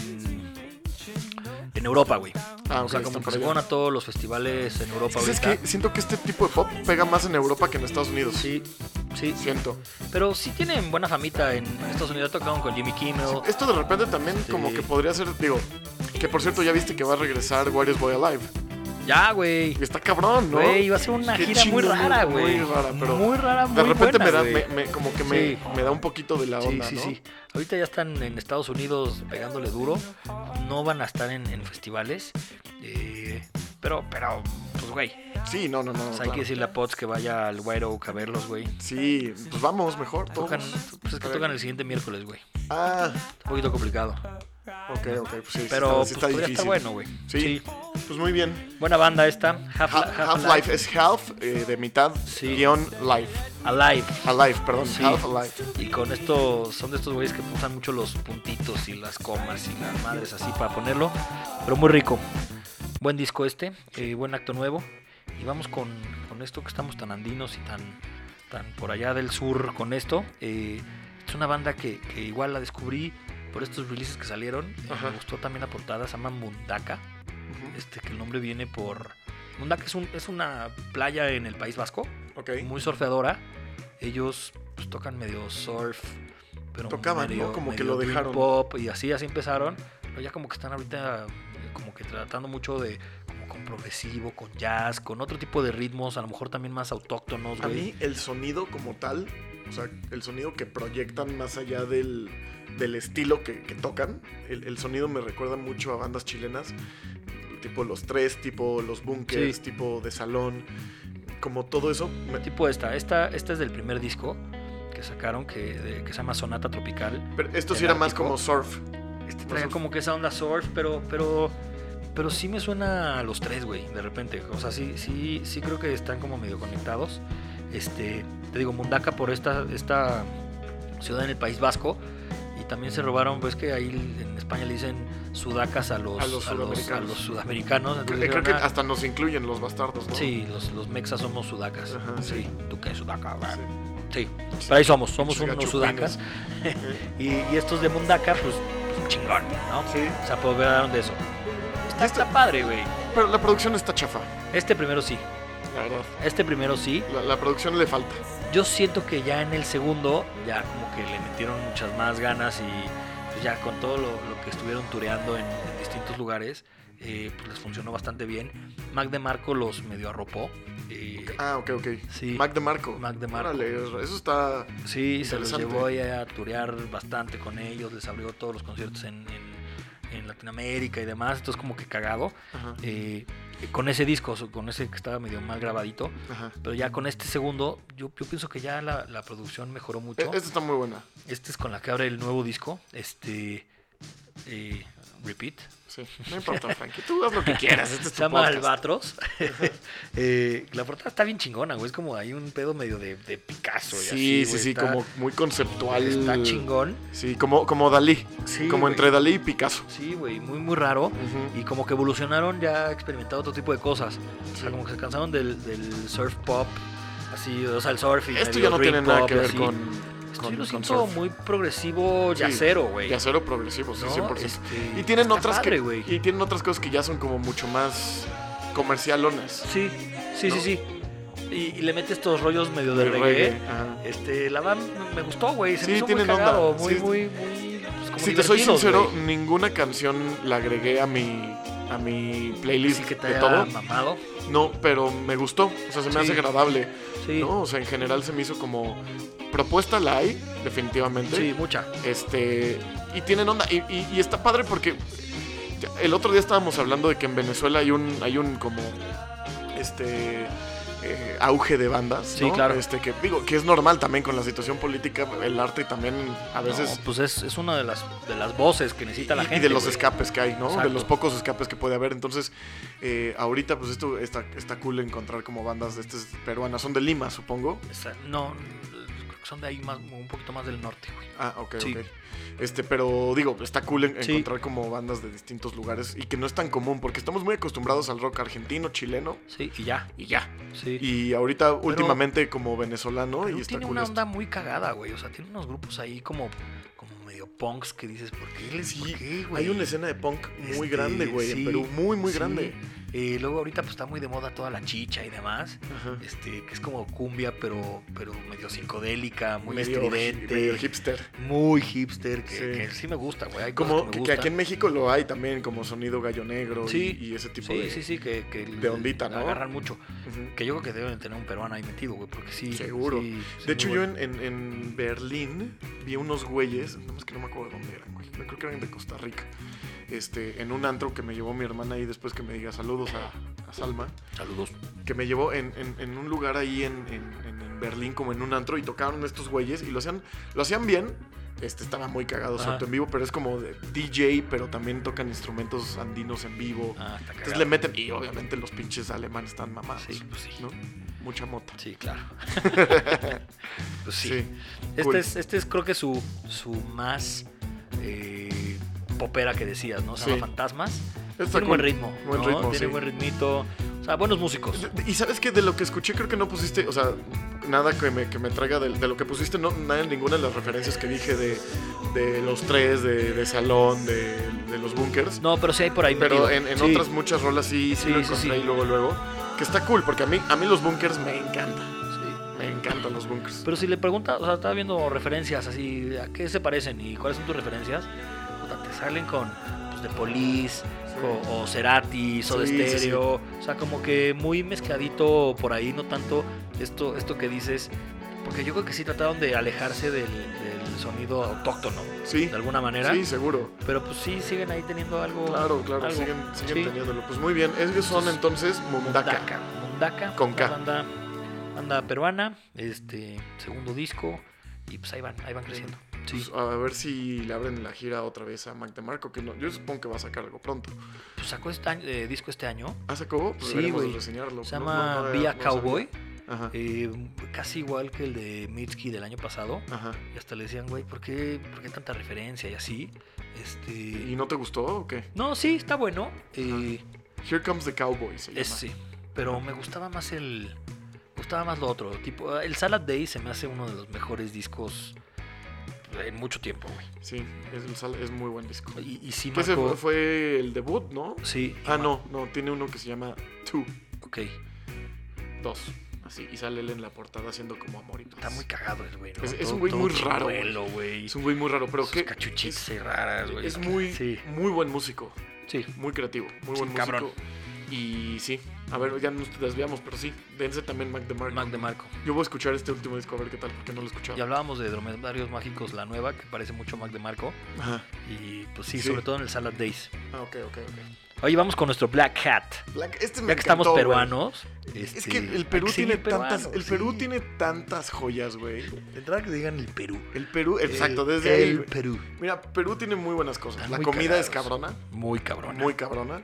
en Europa, güey. Ah, ok, o sea, están como que por se allá. fueron a todos los festivales en Europa ¿Sabes ahorita. qué? Siento que este tipo de pop pega más en Europa que en Estados Unidos. Sí, sí. Siento. Pero sí tienen buena famita en en Estados Unidos. Tocaron con Jimmy Kimmel. Esto de repente también como que podría ser, digo, que por cierto ya viste que va a regresar Warriors Boy Alive. Ya, güey. Y está cabrón, ¿no? Güey, iba a ser una Qué gira muy chingón, rara, güey. Muy rara, pero Muy rara, muy de repente buena, me da, güey. me- me- como que me, Sí. me da un poquito de la Sí, onda, sí, ¿no? sí. Ahorita ya están en Estados Unidos pegándole duro. No van a estar en, en festivales. eh, pero, pero, pues, güey. Sí, no, no, no. o sea, Pues hay claro. que decirle a Potts que vaya al White Oak a verlos, güey. Sí, pues vamos, mejor todos. Tocan, pues es que tocan el siguiente miércoles, güey. Ah, Un poquito complicado. ok, ok, pues sí, sí Pero está, pues, sí está podría difícil. estar bueno, güey. Sí, Sí. pues muy bien. Buena banda esta. Half- Ha- Half-Life Half-Life. es half, eh, de mitad, Sí. guión life. Alive. Alive, perdón, Sí. half-alive. Y con esto, son de estos güeyes que usan mucho los puntitos y las comas y las madres así para ponerlo. Pero muy rico. Buen disco este, eh, buen acto nuevo. Y vamos con, con esto que estamos tan andinos y tan, tan por allá del sur con esto. Eh, es una banda que, que igual la descubrí por estos releases que salieron. Eh, Ajá. Me gustó también la portada, se llama Mundaka. Ujú, Este, que el nombre viene por... Mundaka es, un- es una playa en el País Vasco Ok. muy surfeadora. Ellos pues, tocan medio surf, pero Tocaban, ¿no? medio, Como que medio lo dream dejaron. pop y así así empezaron. Pero ya como que están ahorita eh, como que tratando mucho de como con progresivo, con jazz, con otro tipo de ritmos, a lo mejor también más autóctonos, A güey. mí el sonido como tal, o sea, el sonido que proyectan más allá del, del estilo que, que tocan, el, el sonido me recuerda mucho a bandas chilenas, tipo Los Tres, tipo Los Bunkers, Sí. tipo De Salón, como todo eso. me- Tipo esta, esta esta es del primer disco que sacaron que, de- que se llama Sonata Tropical. pero esto sí era más Temático. como surf. Este No trae surf. como que esa onda surf, pero pero pero sí me suena a los tres, güey, de repente. O sea, sí sí sí creo que están como medio conectados. Este, te digo, Mundaka por esta esta ciudad en el País Vasco y también se robaron, pues que ahí en España le dicen sudacas a los A los a sudamericanos. los sudamericanos. Creo, Entonces Eh, creo que dijeron, ah, hasta nos incluyen los bastardos, ¿no? Sí, los, los mexas somos sudacas. Ajá, sí. sí. tú qué sudaca. Sí. Sí, pero ahí somos, somos Pinches unos gachupines. sudacas. Eh, Y, y estos de Mundaka, pues, pues, chingón, ¿no? Sí. Se apoderaron de eso. Está, Este- está padre, güey. Pero la producción está chafa, Este primero sí. la verdad. Este primero sí. La, la producción le falta. Yo siento que ya en el segundo, ya como que le metieron muchas más ganas y pues ya con todo lo, lo que estuvieron tureando en, en distintos lugares, eh, pues les funcionó bastante bien. Mac de Marco los medio arropó. eh, Ah, ok, ok. Sí. Mac de Marco. Mac DeMarco. Órale, eso está. Sí, se los Interesante. llevó ahí a turear bastante con ellos, les abrió todos los conciertos en, en- en Latinoamérica y demás, entonces como que cagado. Ajá, eh, con ese disco, o sea, con ese que estaba medio mal grabadito, ajá. pero ya con este segundo, yo, yo pienso que ya la, la producción mejoró E- mucho. Esta está muy buena. Este es con la que abre el nuevo disco, este... eh, Repeat. Sí, no importa, *laughs* Frankie. Tú haz lo que quieras. Este es tu Se llama podcast. Albatros. *laughs* Eh, la portada está bien chingona, güey. Es como hay un pedo medio de, de Picasso. y Sí, así, sí, güey. sí, Está- como muy conceptual. Está chingón. Sí, como, como Dalí. Sí, como güey. entre Dalí y Picasso. Sí, güey, muy, muy raro. Ujú. Y como que evolucionaron, ya experimentado otro tipo de cosas. O sea, como que se cansaron del, del surf pop. Así, o sea, el surf y Esto medio ya no dream tiene nada pop que y ver así. con. Esto yo con- lo con siento surf. muy progresivo Sí, yacero, güey. Ya cero progresivo, sí, ¿no? 100%. Este, Y tienen está otras padre, que, güey. y tienen otras cosas que ya son como mucho más comercialonas. Sí, sí, ¿no? sí, sí. Y, y le mete estos rollos medio de El reggae. ajá. Este, la van me gustó, güey. Se Sí, me hizo tienen muy cagado, onda. muy, Sí. muy, muy, pues, como Si te soy divertidos, sincero, güey. ninguna canción la agregué a mi a mi playlist Así que te de haya todo. mamado. No, pero me gustó, o sea, se me Sí. hace agradable, Sí, ¿no? O sea, en general se me hizo como propuesta la hay definitivamente. sí, mucha. Este, y tienen onda y, y- y está padre porque el otro día estábamos hablando de que en Venezuela hay un hay un como este eh, auge de bandas, Sí, ¿no? claro. Este que digo, que es normal también con la situación política, el arte también a veces No, pues es, es una de las, de las voces que necesita la y, y gente. de los güey. escapes que hay, ¿no? Exacto. De los pocos escapes que puede haber. Entonces, eh, ahorita, pues esto está, está cool encontrar como bandas de estas peruanas. Son de Lima, supongo. Esa- No, creo que son de ahí más, un poquito más del norte, güey. Ah, ok, Sí. ok. Este, pero digo, está cool en- Sí. encontrar como bandas de distintos lugares y que no es tan común, porque estamos muy acostumbrados al rock argentino, chileno Sí, y ya. y ya. Sí. Y ahorita, últimamente, como venezolano, Perú y está tiene cool una esto. onda muy cagada, güey. O sea, tiene unos grupos ahí como, como medio punks que dices, ¿por qué les Sí, por qué, güey? Hay una escena de punk muy Este, grande, güey, sí, en Perú, muy, muy sí. grande. Eh, luego ahorita pues está muy de moda toda la chicha y demás. Ajá. Este, que es como cumbia, pero, pero medio psicodélica, muy medio, estridente. medio hipster. muy hipster, que que Sí. sí. me gusta, güey. Hay Como cosas que, me que aquí gustan. en México lo hay también, como sonido gallo negro y- Sí. y, ese tipo Sí, de. sí, sí, que, que de ondita, ¿no? agarran mucho. Ujú. Que yo creo que deben tener un peruano ahí metido, güey, porque sí. Seguro. sí, sí, De hecho, muy yo bueno. en, en- en Berlín vi unos güeyes, no es que no me acuerdo dónde eran, güey. Creo que eran de Costa Rica. Este, en un antro que me llevó mi hermana ahí después que me diga saludos a, a Salma. Saludos. Que me llevó en, en- en un lugar ahí en, en- en- en Berlín, como en un antro, y tocaron estos güeyes y lo hacían, lo hacían bien. Este, estaba muy cagado su Ajá. acto en vivo, pero es como de DJ, pero también tocan instrumentos andinos en vivo. Ah, está Entonces cagado. le meten, y obviamente los pinches alemanes están mamados. Sí, pues sí. ¿no? Mucha mota. Sí, *laughs* claro. pues sí. Sí. cool. Este, es, este es creo que su, su más eh, popera que decías, ¿no? Se Sí. llama Fantasmas. Está Tiene cool. buen ritmo. Buen ¿no? ritmo, Tiene sí. buen ritmito. O sea, buenos músicos. Y sabes que de lo que escuché, creo que no pusiste, o sea, nada que me, que me traiga de, de lo que pusiste, no, nada en ninguna de las referencias que dije de, de los tres, de, de Salón, de, de los bunkers. No, pero sí hay por ahí pero metido. en, en Sí. otras muchas rolas sí, sí, Sí, lo sí, encontré sí. ahí luego, luego. Que está cool, porque a mí, a mí los bunkers me encantan. Sí. Me encantan los bunkers. Pero si le preguntas, o sea, estaba viendo referencias así, ¿a qué se parecen y cuáles son tus referencias? Puta, te salen con, pues, de Police, co- o Cerati, Soda Sí, sí, sí. Stereo, o sea, como que muy mezcladito por ahí, no tanto esto, esto que dices, porque yo creo que sí trataron de alejarse del, del sonido autóctono, Sí, de alguna manera, sí, seguro. pero pues sí siguen ahí teniendo algo. Claro, claro, algo. siguen, siguen Sí. teniéndolo. Pues muy bien, ellos son entonces Mundaka. Mundaka. Mundaka, Con una K. Banda, banda peruana, este, segundo disco, y pues ahí van, ahí van creciendo. Sí, Pues, a ver si le abren la gira otra vez a Mac DeMarco, que no, yo supongo que va a sacar algo pronto. pues sacó este año- eh, disco este año, ¿Ah, sacó? Pues Sí, deberíamos güey. reseñarlo. se No, llama no, no, Vía no sabía. Cowboy, Ajá, eh, casi igual que el de Mitski del año pasado, ajá. y hasta le decían, güey, ¿por qué, ¿por qué tanta referencia y así? ¿Y Este... no te gustó o qué? No, sí, está bueno, eh, Here Comes the Cowboy se llama. ese sí, pero me gustaba más el... me Gustaba más lo otro, tipo, el Salad Day se me hace uno de los mejores discos en mucho tiempo, güey. Sí, es, el sal- es muy buen disco. Y, y sí Que ese marcó- fue, fue el debut, ¿no? Sí. Ah, no, no, tiene uno que se llama Two, Ok. Dos. Así, y sale él en la portada haciendo como amoritos. Está muy cagado el güey, ¿no? Es- es un Todo- güey todo muy raro, chimuelo, güey. Es un güey muy raro, pero Sus que... cachuchitas Es, y raras, güey. es muy, Sí, muy buen músico, sí. muy creativo, muy Sí, buen músico. cabrón. Y sí, a ver, ya nos desviamos, pero sí, dense también Mac DeMarco. Mac de Marco. Yo voy a escuchar este último disco a ver qué tal, porque no lo he escuchado. Y hablábamos de Dromedarios Mágicos, la nueva, que parece mucho Mac de Marco. Ajá. Y pues sí, Sí. sobre todo en el Salad Days. Ah, ok, ok, ok. Oye, vamos con nuestro Black Hat. Black- este me Ya que estamos encantó, güey. peruanos. Es este, que el hay Perú que seguir tiene tantas. peruanos, El Perú sí. tiene tantas joyas, güey. De entrada que digan el Perú. El Perú, exacto, Eh, El- desde el ahí. Perú. Mira, Perú tiene muy buenas cosas. Están La muy comida es cagados. cabrona, Muy cabrón. muy cabrona.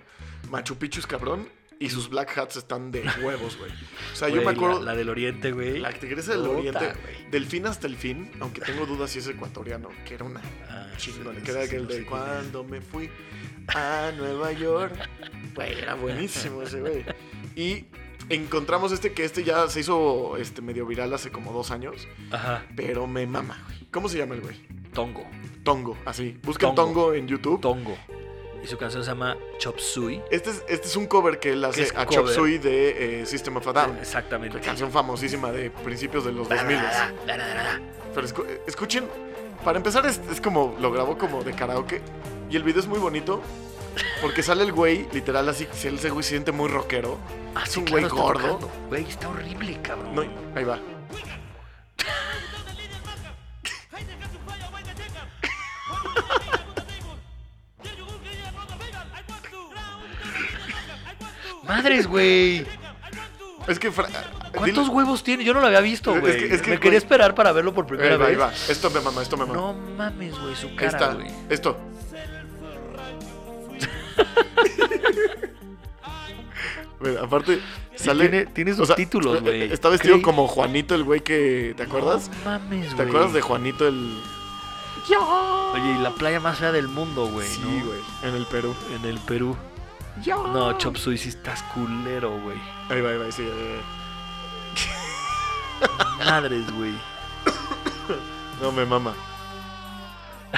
Machu Picchu es cabrón. Y sus black hats están de huevos, güey. O sea, yo Güey, me acuerdo. La, la del Oriente, güey. La tigresa del Puta, oriente, güey. del fin hasta el fin, aunque tengo dudas si es ecuatoriano, que era una Ah, chingona, sí, que era sí, aquel no sé de quién cuando me fui a Nueva York. Güey, era buenísimo ese güey. Y encontramos este que este ya se hizo este medio viral hace como dos años, es. Ajá. pero me mama, güey. ¿Cómo se llama el güey? Tongo. Tongo, así. Busquen Tongo. Tongo en YouTube. Tongo. Y su canción se llama Chop Suey. Este es, este es un cover que él hace es a cover. Chop Suey de eh, System of a Down. Exactamente. Una canción famosísima de principios de los Ah, 2000. Pero escu- escuchen, para empezar es, es como, lo grabó como de karaoke y el video es muy bonito porque sale el güey, literal así, si el güey se siente muy rockero. Ah, Es sí, un claro, güey está gordo. tocando. Güey, está horrible, cabrón. No, ahí va. Madres, *laughs* güey. Es que... Fra- ¿Cuántos dile- huevos tiene? Yo no lo había visto, Es güey. que- es que, Me güey- quería esperar para verlo por primera Ahí va, ahí vez. va. Esto me mama, esto me mama. No mames, güey, su ahí cara, está, güey. esto. *laughs* Mira, aparte, sale... tiene- tiene sus subtítulos, güey. Está vestido Creí- como Juanito, el güey que... ¿Te acuerdas? No mames, güey. ¿Te acuerdas de Juanito el... Oye, y la playa más fea del mundo, güey. ¿no? En el Perú. En el Perú. No, Chop Suey, sí estás culero, güey. Ahí va, ahí va, sí, ahí va. Madres, güey. No me mama.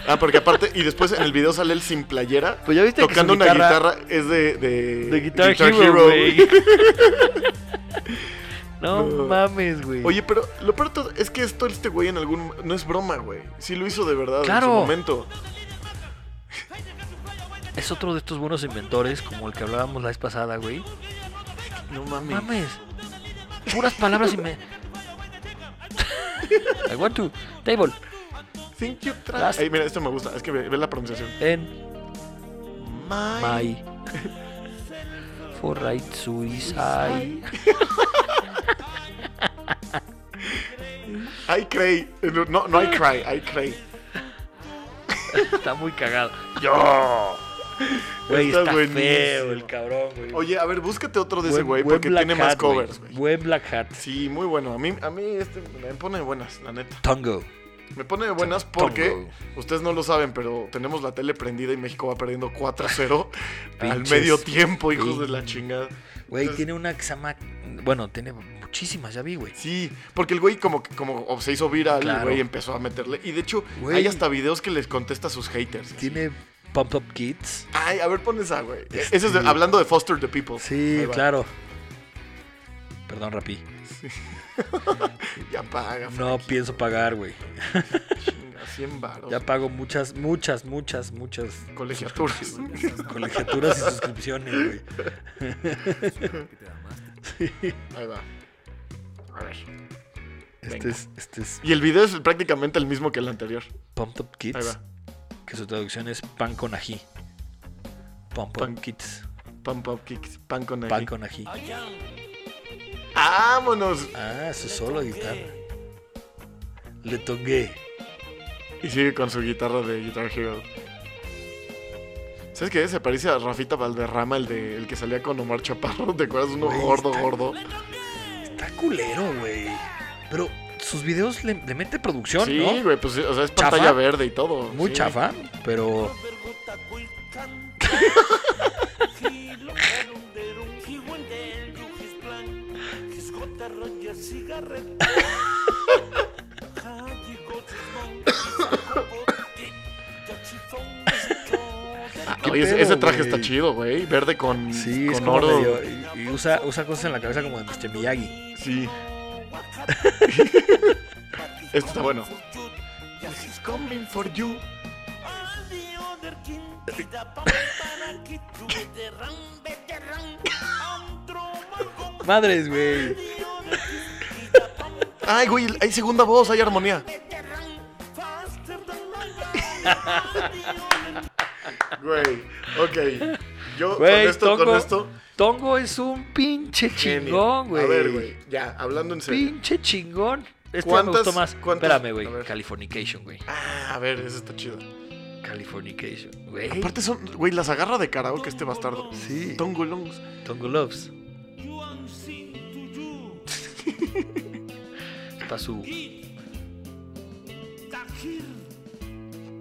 Ah, porque aparte, y después en el video sale él sin playera, Pues ya viste tocando que una su guitarra, guitarra, es de. De, de Guitar, Hero, güey. *laughs* no, No. mames, güey. Oye, pero lo peor de todo es que esto, este güey en algún. No es broma, güey. Sí lo hizo de verdad Claro. en su momento. es otro de estos buenos inventores, como el que hablábamos la vez pasada, güey. No mames. Mames. Puras palabras y *laughs* me. I want to table Think you try- Last- Ay, mira, esto me gusta. Es que ve, ve la pronunciación. en My. my for right suicide. I cry. No, no I cry, I cry. Está muy cagado. Yo. Güey, Está está, feo buenísimo. el cabrón, güey. Oye, a ver, búscate otro de ese Buen- güey buen porque Black tiene más Hat, güey. covers, güey. Buen Black Hat. Sí, muy bueno. A mí, a mí este me pone de buenas, la neta. Tongo. Me pone de buenas porque Tongo. ustedes no lo saben, pero tenemos la tele prendida y México va *laughs* perdiendo 4-0 al Pinches medio tiempo, hijos de la pin- chingada. Güey, Entonces- tiene una que se llama. Bueno, tiene muchísimas, ya vi, güey. Sí, porque el güey como, que- como se hizo viral, el Claro. güey empezó a meterle. Y de hecho, Güey. hay hasta videos que les contesta a sus haters. Tiene Pump Up Kids. Ay, a ver, pon esa, güey. Eso es de- Este- hablando de Foster the People. Sí, Ahí va. claro. Perdón, Rapí. Ya paga, No pienso pagar, güey. chinga, 100 baros. Ya pago muchas, muchas, muchas, muchas *laughs* Colegiaturas. colegiaturas y suscripciones, güey. Ahí va. A ver. Este Venga. es, este es Y el video es prácticamente el mismo que el anterior. Pump Up Ahí Kids, va. que su traducción es pan con ají. Pump Pan- Up Kids, Pump up kicks, pan con ají. pan con ají. ¡Vámonos! Ah, su solo de guitarra. Le tongué. Y sigue con su guitarra de Guitar Hero. ¿Sabes qué? Se parece a Rafita Valderrama, el, de, el que salía con Omar Chaparro. ¿Te acuerdas? Uno Güey, gordo, está- gordo. Está culero, güey. Pero sus videos le, le mete producción, Sí, ¿no? güey, pues o sea, es Chafa. pantalla verde y todo. Muy sí. chafa, pero Ah, ¿Qué oye, ese- pedo, ese traje güey? está chido, güey. Verde con, sí, es con como oro. medio- *laughs* y, y usa, usa cosas en la cabeza como de Mr. Miyagi. Sí. *laughs* Esto está bueno. This is coming for you. Madres, güey. Ay, güey, hay segunda voz, hay armonía. Güey, ok. Yo Güey, con esto, Tongo, con esto, Tongo es un pinche genio. chingón, güey. A ver, güey, ya, hablando en serio. Pinche chingón. Este ya me ¿Cuántas- gustó más. cuántas- Espérame, güey. a ver. Californication, güey. Ah, a ver, eso está chido. Californication, güey. Aparte son, güey, las agarra de karaoke este bastardo. Sí. Tongo Longs. Tongo Loves. Está su.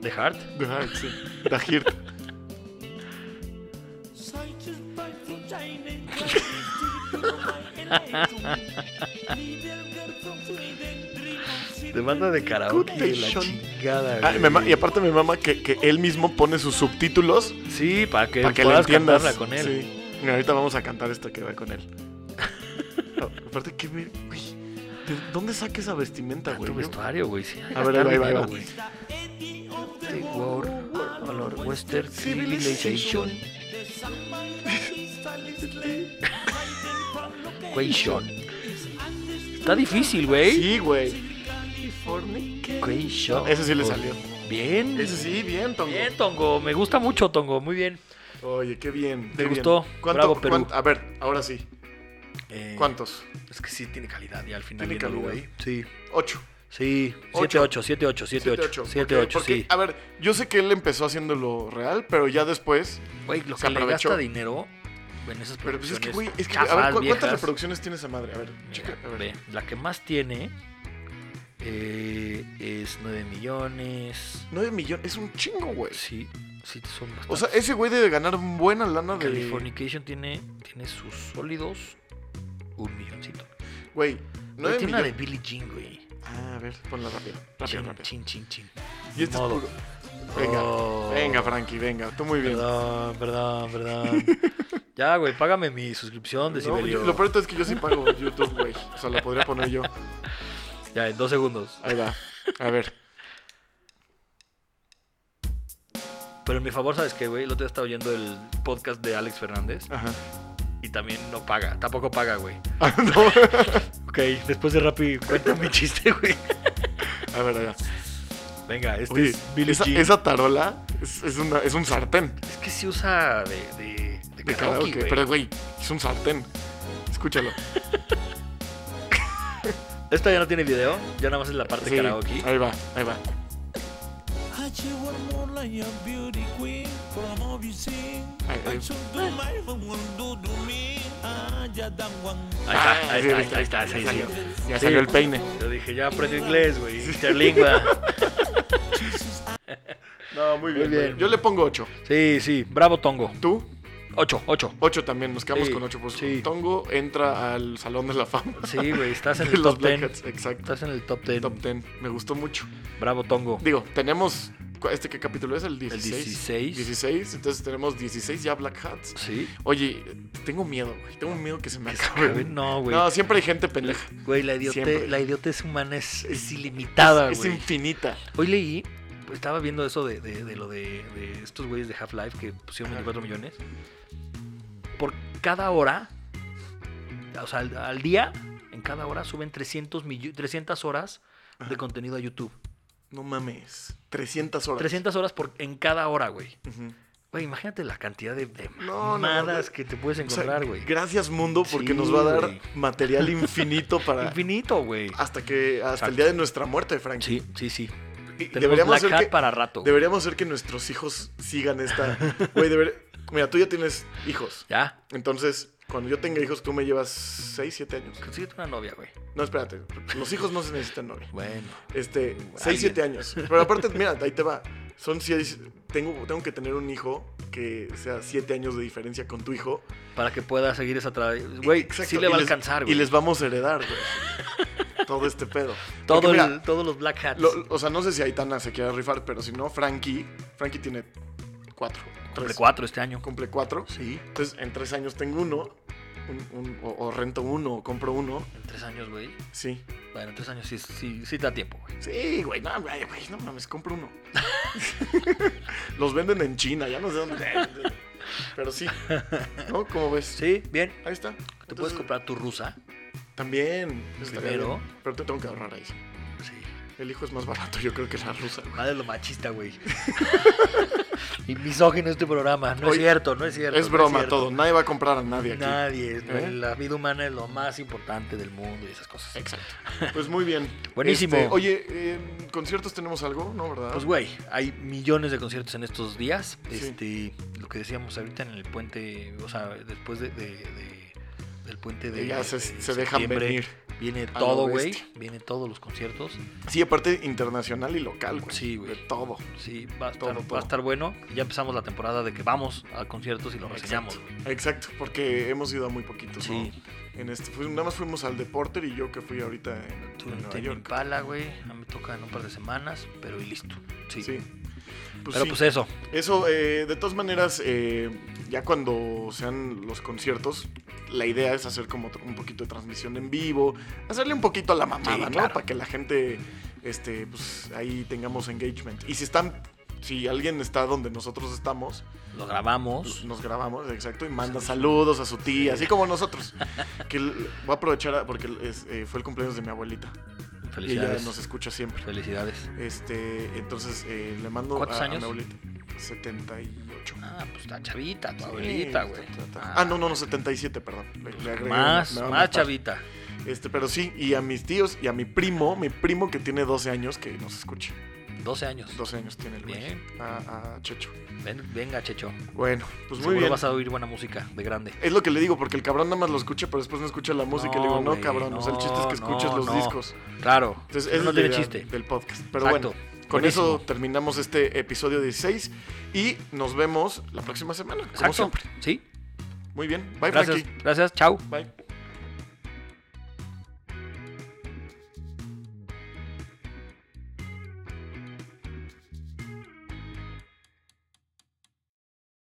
The Heart. Ajá, sí. *laughs* Dahir. Demanda de karaoke. de La Cutation. chingada, Ah, güey. me ma- y aparte me mama que, que él mismo pone sus subtítulos Sí, para que, para que le puedas entiendas. cantarla con él. Sí. Mira, ahorita vamos a cantar esta que va con él. *laughs* Ah, aparte, qué ver- güey, ¿De dónde saca esa vestimenta, güey? Tu vestuario, güey. Sí, A ver, ahí va, ahí va, ahí va. güey. The War, Valor Western Civilization. Question. Está difícil, güey. Sí, güey. California. Question. Ese sí le salió. Pues Bien. Ese sí, bien, Tongo. Bien, Tongo. Me gusta mucho, Tongo. Muy bien. Oye, qué ¿Te bien. qué bien. gustó? Bravo, Perú. cuán- a ver, ahora sí. Eh. ¿Cuántos? Es que sí tiene calidad ya al final. Tiene viéndolo, calidad. güey. Sí. Ocho. Sí. Ocho. 7-8, 7-8, 7-8. 7-8, Porque- sí. A ver, yo sé que él empezó haciéndolo real, pero ya después. Güey, lo se que le aprovechó. gasta dinero en esas Pero pues es producciones. que, güey, es que, a chafas, ver, ¿cu- ¿cuántas viejas. reproducciones tiene esa madre? A ver, Mira, checa. A ver. ve, la que más tiene eh, es 9 millones. 9 millones, es un chingo, güey. Sí, sí, son bastantes. O sea, ese güey debe ganar buena lana de. Californication tiene, tiene sus sólidos un milloncito. Güey, Güey, 9 tiene una de millones. Billie Jean, güey. Ah, a ver, ponla rápido. Rápido, Chin, rápido. chin, chin, chin. Y este Modo. es puro. Venga, Oh, venga, Frankie, venga. Tú muy bien. Perdón, perdón, *laughs* perdón. ya, güey, págame mi suscripción de No, Sibelio. yo- lo peor de todo es que yo sí pago *laughs* YouTube, güey. O sea, la podría poner yo. Ya, en dos segundos. Ahí va. A ver. Pero en mi favor, ¿sabes qué, güey? El otro día estaba oyendo el podcast de Alex Fernández *laughs* Ajá. y también no paga. Tampoco paga, güey. Ah, no. Ok, después de Rappi, cuenta mi chiste, güey. A ver, a ver. Venga, este Oye, es Billie esa, Jean. esa tarola es, es una- es un sartén Es que se usa de, de, de karaoke, de karaoke. güey. Pero, güey, es un sartén. Escúchalo. Esta ya no tiene video, ya nada más es la parte Sí, karaoke. Ahí va, ahí va. I you were more like a beauty queen from all you seen. Ay, ay. I should do my own do do me. Ah, ya dan one. Ahí Ah, está, ahí está, ahí está, ahí está, ahí salió. está. Ya Sí. salió el peine. Yo dije, ya aprendí inglés, güey. Interlingua. *laughs* No, muy bien, bien. Yo le pongo 8. Sí, sí, bravo Tongo. ¿Tú? Ocho, ocho. 8 también. Nos quedamos Sí, con 8. Pues sí. Tongo entra al Salón de la Fama. Sí, güey, estás *laughs* en de el los top Black ten. Hats. Exacto. Estás en el top ten. Top 10. Me gustó mucho. Bravo Tongo. Digo, tenemos. ¿cu- ¿Este qué capítulo es? El 16. 16. 16. Entonces tenemos 16 ya Black Hats. Sí. Oye, tengo miedo, güey. Tengo miedo que se me A acabe. ver, No, güey. No, siempre hay gente pendeja. Güey, la, idiote- Siempre. la idiotez humana es, es ilimitada, es, es güey. infinita. Hoy leí, pues, estaba viendo eso de, de- de lo de, de estos güeyes de Half-Life que pusieron Ajá. 24 millones. Por cada hora, o sea, al, al día, en cada hora suben 300, millo- 300 horas de contenido a YouTube. No mames. 300 horas. 300 horas por, en cada hora, güey. Ujú. Güey, imagínate la cantidad de, de No, no, mamadas güey. que te puedes O sea, encontrar, güey. gracias mundo porque Sí, nos va a dar güey. material *laughs* infinito para Infinito, güey. hasta que hasta el Exacto. día de nuestra muerte, Frank. Sí, sí, sí. Ah. Y Tenemos Black hacer Hat que, para rato. deberíamos hacer que nuestros hijos sigan esta güey, deber- mira, tú ya tienes hijos. ¿Ya? Entonces, cuando yo tenga hijos, tú me llevas 6, 7 años. Consíguete una novia, güey. No, espérate. Los hijos no se necesitan novia. Bueno. Este, Alguien. 6, 7 años. Pero aparte, mira, ahí te va. Son 6. Tengo, tengo que tener un hijo que sea 7 años de diferencia con tu hijo. Para que pueda seguir esa tradición. Güey, Exacto, sí le y va a les- alcanzar, güey. Y les vamos a heredar, güey. Todo este pedo. Porque Todo mira, el- todos los Black Hats. lo- o sea, no sé si Aitana se quiera rifar, pero si no, Frankie. Frankie tiene cuatro. Cumple tres. cuatro este año. Cumple cuatro. Sí. Entonces, en tres años tengo uno. un- un- o, o rento uno, o compro uno. En tres años, güey. Sí. Bueno, en tres años sí, sí, sí da tiempo, güey. Sí, güey. No, güey, güey, no mames, compro uno. Los venden en China, ya no sé dónde. Pero sí. ¿No? ¿Cómo ves? Sí, bien. Ahí está. Te puedes Entonces, comprar tu rusa. También. eso estaría Primero. bien. Pero te tengo que ahorrar ahí. Sí. El hijo es más barato, yo creo que la rusa. güey. Madre lo machista, güey. *laughs* y misógino este programa. No Oye, es cierto, no es cierto. no Es broma cierto. todo, nadie va a comprar a nadie aquí. Nadie. ¿Eh? La vida humana es lo más importante del mundo y esas cosas. Exacto. Pues muy bien. *laughs* Buenísimo. Este, oye, eh, conciertos tenemos algo, ¿no? ¿Verdad? Pues güey, hay millones de conciertos en estos días. Sí. Este, lo que decíamos ahorita en el puente, o sea, después de, de- de- del puente de ya se, de se dejan septiembre, venir. Viene lo todo, güey. bestia. Viene todos los conciertos. Sí, aparte internacional y local, güey. Sí, güey. De todo. Sí, va a, Todo, estar, va a todo. estar bueno. Ya empezamos la temporada de que vamos a conciertos y lo reseñamos. güey. Exacto, porque hemos ido a muy poquitos, Sí. ¿no? En este, pues, nada más fuimos al de Porter y yo que fui ahorita en, Tú en en Nueva Tame York. Impala, güey. A mí toca en un par de semanas, pero y listo. Sí. Sí. Pues pero sí. pues eso. Eso, eh, de todas maneras, eh, ya cuando sean los conciertos, la idea es hacer como un poquito de transmisión en vivo, hacerle un poquito a la mamada, Sí, ¿no? claro. Para que la gente, este, pues ahí tengamos engagement. Y si están, si alguien está donde nosotros estamos, Lo pues, grabamos. nos grabamos, exacto, y manda saludos a su tía, así como nosotros. Que l- voy a aprovechar a- porque es, eh, fue el cumpleaños de mi abuelita. Y ella Felicidades. nos escucha siempre. Felicidades. Este, entonces eh, le mando ¿Cuántos a, a años? mi abuelita 78. Ah, pues está chavita, tu Sí, abuelita, está- güey. está- está- Ah, no, no, no, 77, perdón. Le- le agregué Más, una- una más nota. chavita. Este, pero sí, y a mis tíos y a mi primo, mi primo que tiene 12 años, que nos escuche. 12 años. 12 años tiene el güey. Bien. A, a Checho. Ven- venga, Checho. Bueno, pues muy Seguro bien. vas a oír buena música de grande. Es lo que le digo, porque el cabrón nada más lo escucha, pero después no escucha la música. No, le digo, no, güey, cabrón, o sea, el chiste es que no, escuches los no. discos. Claro. Entonces, no, esa no es la tiene idea chiste. del podcast. Pero Exacto. bueno, con Buenísimo. eso terminamos este episodio 16 y nos vemos la próxima semana, como Exacto. siempre. Sí. Muy bien, bye, Gracias. Frankie. Gracias. Chao. Bye.